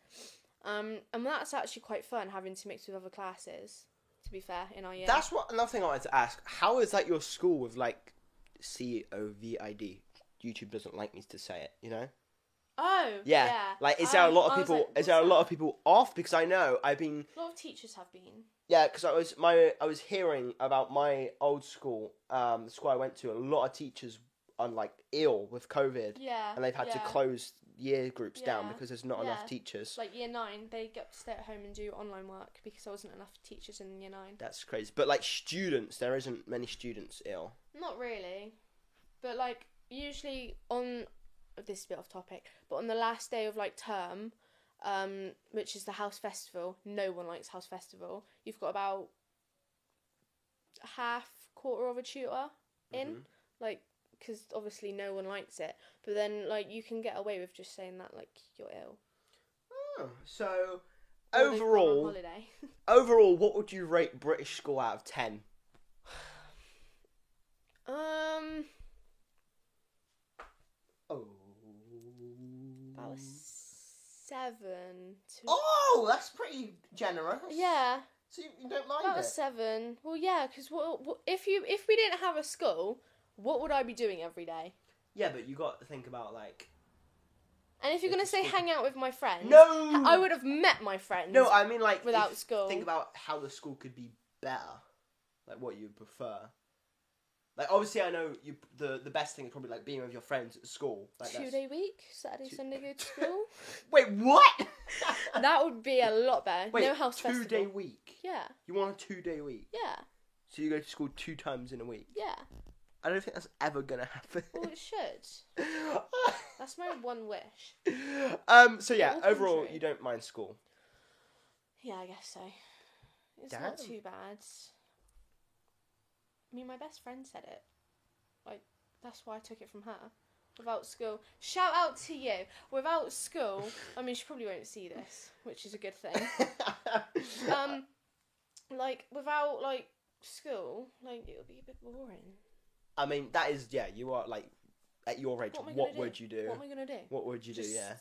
Speaker 2: Um, and that's actually quite fun having to mix with other classes. To be fair, in our year.
Speaker 1: That's what another thing I wanted to ask. How is that your school with like C O V I D? YouTube doesn't like me to say it, you know?
Speaker 2: Oh. Um,
Speaker 1: Yeah. Like, is there a lot of people? is there a lot of people off? Because I know I've been
Speaker 2: A lot of teachers have been.
Speaker 1: yeah. Because I was my I was hearing about my old school, um, the school I went to. A lot of teachers are like ill with COVID,
Speaker 2: Yeah.
Speaker 1: and they've had to
Speaker 2: yeah.
Speaker 1: close year groups down
Speaker 2: Yeah.
Speaker 1: because there's not
Speaker 2: Yeah.
Speaker 1: enough teachers.
Speaker 2: Like year nine, they get to stay at home and do online work because there wasn't enough teachers in year nine.
Speaker 1: That's crazy. But like students, there isn't many students ill.
Speaker 2: Not really, but like usually on this is a bit off topic, but on the last day of like term, um, which is the house festival. No one likes house festival. You've got about half quarter of a tutor in,
Speaker 1: Mhm.
Speaker 2: like because obviously no one likes it. But then like you can get away with just saying that like you're ill.
Speaker 1: Oh, so
Speaker 2: Or they've gone on
Speaker 1: overall,
Speaker 2: holiday.
Speaker 1: overall, what would you rate British school out of ten?
Speaker 2: um,
Speaker 1: Oh.
Speaker 2: about a seven. To...
Speaker 1: Mm. Oh, that's pretty generous.
Speaker 2: Yeah.
Speaker 1: So you, you don't
Speaker 2: That
Speaker 1: mind
Speaker 2: was seven. Well, yeah, because what, what if you if we didn't have a school, what would I be doing every day?
Speaker 1: Yeah, but you got to think about like.
Speaker 2: And if you're
Speaker 1: If
Speaker 2: gonna
Speaker 1: the
Speaker 2: say
Speaker 1: school-
Speaker 2: hang out with my friends,
Speaker 1: No.
Speaker 2: I would have met my friends.
Speaker 1: No, I mean like
Speaker 2: Without
Speaker 1: if-
Speaker 2: school.
Speaker 1: Think about how the school could be better, like what you prefer. Like obviously, I know you. The the best thing is probably like being with your friends at school. Like
Speaker 2: two
Speaker 1: that's-
Speaker 2: day week, Saturday,
Speaker 1: Two-
Speaker 2: Sunday, go to school.
Speaker 1: Wait, what?
Speaker 2: that would be a lot better.
Speaker 1: Wait,
Speaker 2: no house
Speaker 1: two
Speaker 2: festival.
Speaker 1: day week.
Speaker 2: Yeah,
Speaker 1: You want a two day week,
Speaker 2: yeah,
Speaker 1: so you go to school two times in a week.
Speaker 2: yeah.
Speaker 1: I don't think that's ever gonna happen.
Speaker 2: Well, it should. That's my one wish.
Speaker 1: um. So yeah,
Speaker 2: All
Speaker 1: overall,
Speaker 2: contrary.
Speaker 1: you don't mind school.
Speaker 2: Yeah, I guess so. It's not
Speaker 1: Damn.
Speaker 2: too bad. I mean, my best friend said it. Like, that's why I took it from her. Without school, shout out to you. Without school, I mean, she probably won't see this, which is a good thing. Um, like without like school, like it would be a bit boring.
Speaker 1: I mean, that is yeah. You are like at your age.
Speaker 2: What am I
Speaker 1: What,
Speaker 2: gonna do?
Speaker 1: would you do?
Speaker 2: What am I gonna do?
Speaker 1: What would you
Speaker 2: Just
Speaker 1: do? Yeah.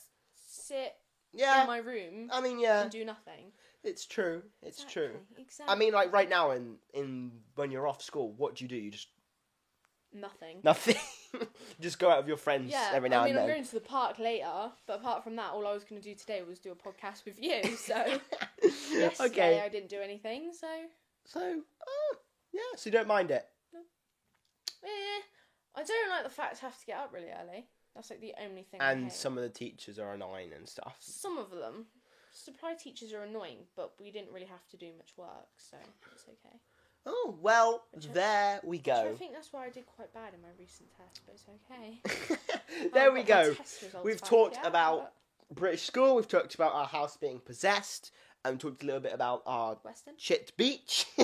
Speaker 2: sit in
Speaker 1: Yeah.
Speaker 2: my room
Speaker 1: I mean, yeah.
Speaker 2: and do nothing.
Speaker 1: It's true. It's true.
Speaker 2: Exactly, Exactly.
Speaker 1: I mean, like right now, in in when you're off school, what do you do? You just
Speaker 2: nothing.
Speaker 1: nothing. you just go out with your friends
Speaker 2: Yeah,
Speaker 1: every now
Speaker 2: I mean,
Speaker 1: and
Speaker 2: I'm
Speaker 1: then.
Speaker 2: going to the park later, but apart from that, all I was going to do today was do a podcast with you. So yesterday
Speaker 1: okay.
Speaker 2: I didn't do anything. So eh,
Speaker 1: So uh, yeah. So you don't mind it.
Speaker 2: eh. I don't like the fact I have to get up really early. That's like the only thing. I
Speaker 1: And
Speaker 2: hate.
Speaker 1: some of the teachers are annoying and stuff.
Speaker 2: some of them supply teachers are annoying, but we didn't really have to do much work, so it's okay.
Speaker 1: Oh well,
Speaker 2: Which I-
Speaker 1: there we
Speaker 2: Actually,
Speaker 1: go.
Speaker 2: I think that's why I did quite bad in my recent test, but it's okay.
Speaker 1: there
Speaker 2: I've
Speaker 1: we
Speaker 2: got my
Speaker 1: go.
Speaker 2: test results
Speaker 1: We've
Speaker 2: back,
Speaker 1: talked
Speaker 2: yeah,
Speaker 1: about- British school. We've talked about our house being possessed, and talked a little bit about our
Speaker 2: but Western.
Speaker 1: shit beach.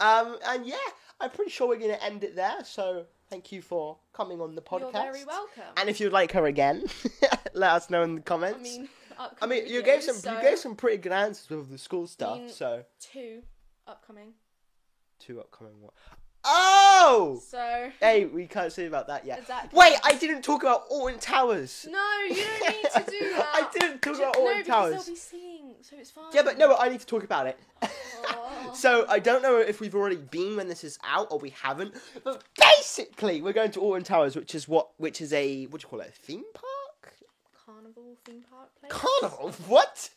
Speaker 1: um, and yeah, I'm pretty sure we're gonna end it there. So thank you for coming on the podcast.
Speaker 2: You're very welcome.
Speaker 1: And if you'd like her again, let us know in the
Speaker 2: I
Speaker 1: comments.
Speaker 2: mean,
Speaker 1: I mean,
Speaker 2: upcoming
Speaker 1: you gave
Speaker 2: videos,
Speaker 1: some
Speaker 2: so
Speaker 1: you gave some pretty good answers with the school stuff.
Speaker 2: mean-
Speaker 1: so
Speaker 2: two upcoming.
Speaker 1: two upcoming one. Oh,
Speaker 2: So
Speaker 1: hey, we can't say about that yet.
Speaker 2: Exactly.
Speaker 1: Wait, I didn't talk about Orton Towers.
Speaker 2: no, you don't need to do
Speaker 1: I
Speaker 2: that.
Speaker 1: didn't talk
Speaker 2: Ju-
Speaker 1: about
Speaker 2: no,
Speaker 1: Orton
Speaker 2: because
Speaker 1: Towers.
Speaker 2: they'll be seeing, so it's fine.
Speaker 1: Yeah, but no, I need to talk about it.
Speaker 2: Oh.
Speaker 1: so I don't know if we've already been when this is out or we haven't. But basically, we're going to Orton Towers, which is what, which is a what do you call it, a theme park,
Speaker 2: Carnival theme park place.
Speaker 1: carnival? What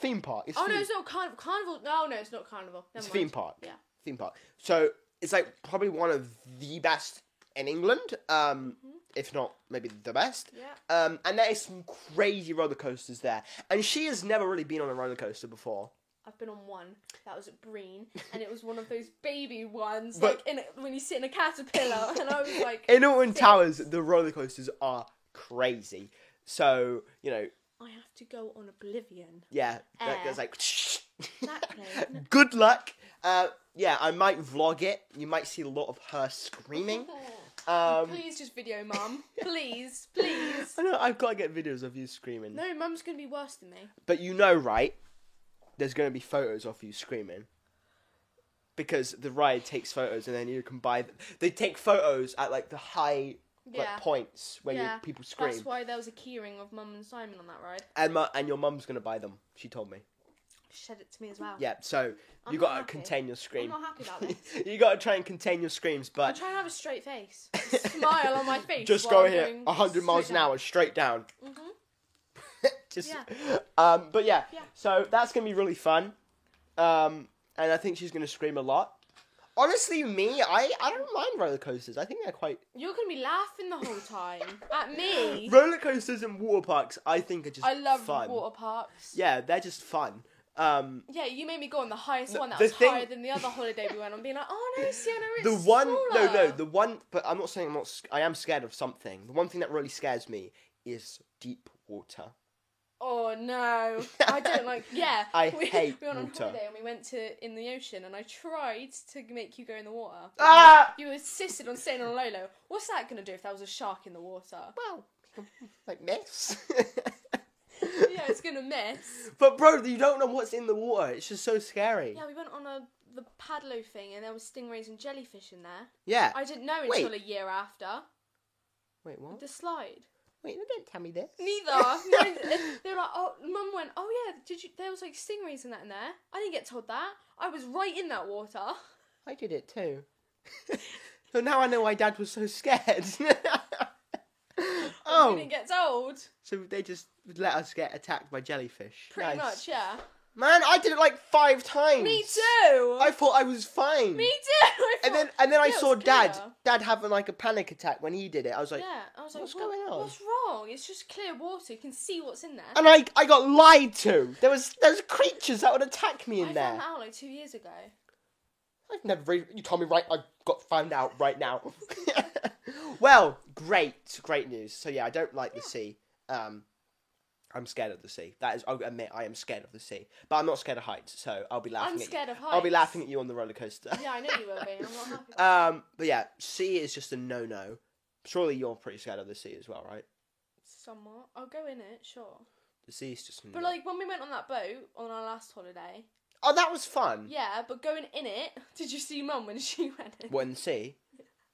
Speaker 1: theme park? It's
Speaker 2: Oh
Speaker 1: theme.
Speaker 2: no, it's not carnival. Carnival. No, no, it's not carnival. Never
Speaker 1: it's a
Speaker 2: mind.
Speaker 1: theme park.
Speaker 2: Yeah.
Speaker 1: Theme park. So it's like probably one of the best in England, um, if not maybe the best.
Speaker 2: Mm-hmm. Yeah.
Speaker 1: Um, and there is some crazy roller coasters there. And she has never really been on a roller coaster before.
Speaker 2: I've been on one that was at Breen, and it was one of those baby ones,
Speaker 1: But-
Speaker 2: like in a, when you sit in a caterpillar, and I was like,
Speaker 1: In Alton
Speaker 2: six.
Speaker 1: Towers, the roller coasters are crazy. So you know,
Speaker 2: I have to go on Oblivion.
Speaker 1: yeah, that
Speaker 2: Air.
Speaker 1: goes like.
Speaker 2: Exactly.
Speaker 1: Good luck. Uh, yeah, I might vlog it. You might see a lot of her screaming. Um,
Speaker 2: please just video, mum. Please, please.
Speaker 1: I know I've got to get videos of you screaming,
Speaker 2: No, mum's gonna be worse than me.
Speaker 1: but you know, right? There's going to be photos of you screaming because the ride takes photos, and then you can buy. Them. They take photos at like the high like,
Speaker 2: Yeah.
Speaker 1: points when
Speaker 2: Yeah,
Speaker 1: you, people scream,
Speaker 2: That's why there was a keyring of mum and Simon on that ride.
Speaker 1: and mu- and your mum's going to buy them. She told me.
Speaker 2: She said it to me as well.
Speaker 1: Yeah, so
Speaker 2: I'm
Speaker 1: you
Speaker 2: not
Speaker 1: gotta
Speaker 2: happy.
Speaker 1: contain your
Speaker 2: I'm
Speaker 1: scream.
Speaker 2: not happy about this.
Speaker 1: you gotta try and contain your screams,
Speaker 2: I
Speaker 1: but
Speaker 2: try and have a straight face, a smile on my face.
Speaker 1: just
Speaker 2: while
Speaker 1: go
Speaker 2: I'm
Speaker 1: here
Speaker 2: going
Speaker 1: hundred miles an
Speaker 2: straight down.
Speaker 1: hour straight down.
Speaker 2: Mhm.
Speaker 1: just
Speaker 2: Yeah.
Speaker 1: um but yeah.
Speaker 2: Yeah.
Speaker 1: So that's gonna be really fun. Um and I think she's gonna scream a lot. Honestly, me, I, I don't mind roller coasters. I think they're quite
Speaker 2: You're gonna be laughing the whole time at me.
Speaker 1: roller coasters and water parks. I think are just
Speaker 2: I love
Speaker 1: fun.
Speaker 2: water parks.
Speaker 1: Yeah, they're just fun. Um,
Speaker 2: Yeah, you made me go on the highest one that
Speaker 1: the
Speaker 2: was
Speaker 1: thing-
Speaker 2: higher than the other holiday we went on, being like, oh no, Sienna, it's
Speaker 1: the one no no
Speaker 2: smaller."
Speaker 1: the one but i'm not saying i'm not sc- i am scared of something the one thing that really scares me is deep water
Speaker 2: Oh no, I don't like. Yeah,
Speaker 1: I
Speaker 2: we,
Speaker 1: hate
Speaker 2: we went on
Speaker 1: water.
Speaker 2: holiday and we went to in the ocean, and I tried to make you go in the water.
Speaker 1: ah
Speaker 2: You insisted on staying on Lolo. What's that gonna do if that was a shark in the water?
Speaker 1: well like mess
Speaker 2: yeah, it's gonna miss.
Speaker 1: but bro you don't know what's in the water it's just so scary
Speaker 2: Yeah, we went on a the padlo thing, and there was stingrays and jellyfish in there.
Speaker 1: yeah
Speaker 2: I didn't know
Speaker 1: Wait.
Speaker 2: until a year after
Speaker 1: wait what
Speaker 2: the slide.
Speaker 1: wait no, don't tell me this
Speaker 2: Neither. No, and they were like, oh, mum went, oh yeah, did you? There was like stingrays in that in there. I didn't get told that. I was right in that water.
Speaker 1: i did it too so now i know why dad was so scared
Speaker 2: We
Speaker 1: oh
Speaker 2: didn't get told.
Speaker 1: so they just let us get attacked by jellyfish
Speaker 2: Pretty
Speaker 1: Nice.
Speaker 2: much, yeah.
Speaker 1: man i did it like five times
Speaker 2: Me too.
Speaker 1: I thought I was fine.
Speaker 2: Me too. I
Speaker 1: And then
Speaker 2: thought-
Speaker 1: and then I
Speaker 2: Yeah, it
Speaker 1: saw
Speaker 2: was
Speaker 1: dad
Speaker 2: clear.
Speaker 1: dad having like a panic attack when he did it. I was like
Speaker 2: yeah, I was like,
Speaker 1: what's
Speaker 2: what-
Speaker 1: going on?
Speaker 2: What's wrong? It's just clear water. You can see what's in there.
Speaker 1: And I, I got lied to. There was there's creatures that would attack me in
Speaker 2: I
Speaker 1: there.
Speaker 2: found that out like two years ago.
Speaker 1: I've never re- you told me right I got found out right now. well, great, great news. So yeah, I don't like the sea. Um I'm scared of the sea. That is I'll admit I am scared of the sea. But I'm not scared of heights, so I'll be laughing
Speaker 2: I'm
Speaker 1: at
Speaker 2: scared of
Speaker 1: you.
Speaker 2: heights.
Speaker 1: I'll be laughing at you on the roller coaster.
Speaker 2: Yeah, I know you will be. I'm not happy.
Speaker 1: Um, but yeah, sea is just a no no. Surely you're pretty scared of the sea as well, right?
Speaker 2: Somewhat. I'll go in it, sure.
Speaker 1: The sea is just.
Speaker 2: But
Speaker 1: no.
Speaker 2: like when we went on that boat on our last holiday,
Speaker 1: oh, that was fun.
Speaker 2: yeah. But going in it, did you see Mum when she went in?
Speaker 1: What in the sea?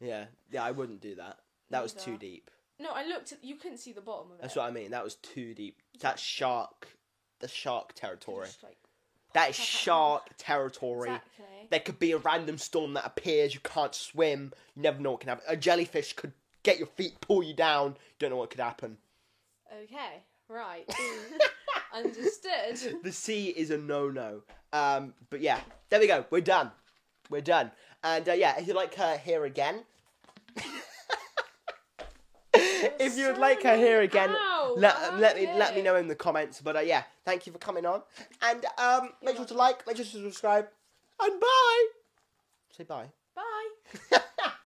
Speaker 1: Yeah, yeah, I wouldn't do that. That was too
Speaker 2: Neither.
Speaker 1: deep.
Speaker 2: No, I looked. at You couldn't see the bottom of it.
Speaker 1: That's what I mean. That was too deep. That's shark. The shark
Speaker 2: It
Speaker 1: territory.
Speaker 2: was just, like,
Speaker 1: That is
Speaker 2: That's
Speaker 1: shark territory.
Speaker 2: exactly.
Speaker 1: There could be a random storm that appears. You can't swim. You never know what can happen. A jellyfish could get your feet, pull you down. You don't know what could happen.
Speaker 2: Okay. Right. Understood.
Speaker 1: the C is a no no. Um, but yeah, there we go. We're done. We're done. And uh, yeah, if you'd like her here again, if you'd like her here again,
Speaker 2: Ow,
Speaker 1: let,
Speaker 2: ow,
Speaker 1: let me let me
Speaker 2: yeah.
Speaker 1: know in the comments. But uh, yeah, thank you for coming on, and um, make sure to like, make sure to subscribe, and bye. Say bye.
Speaker 2: Bye.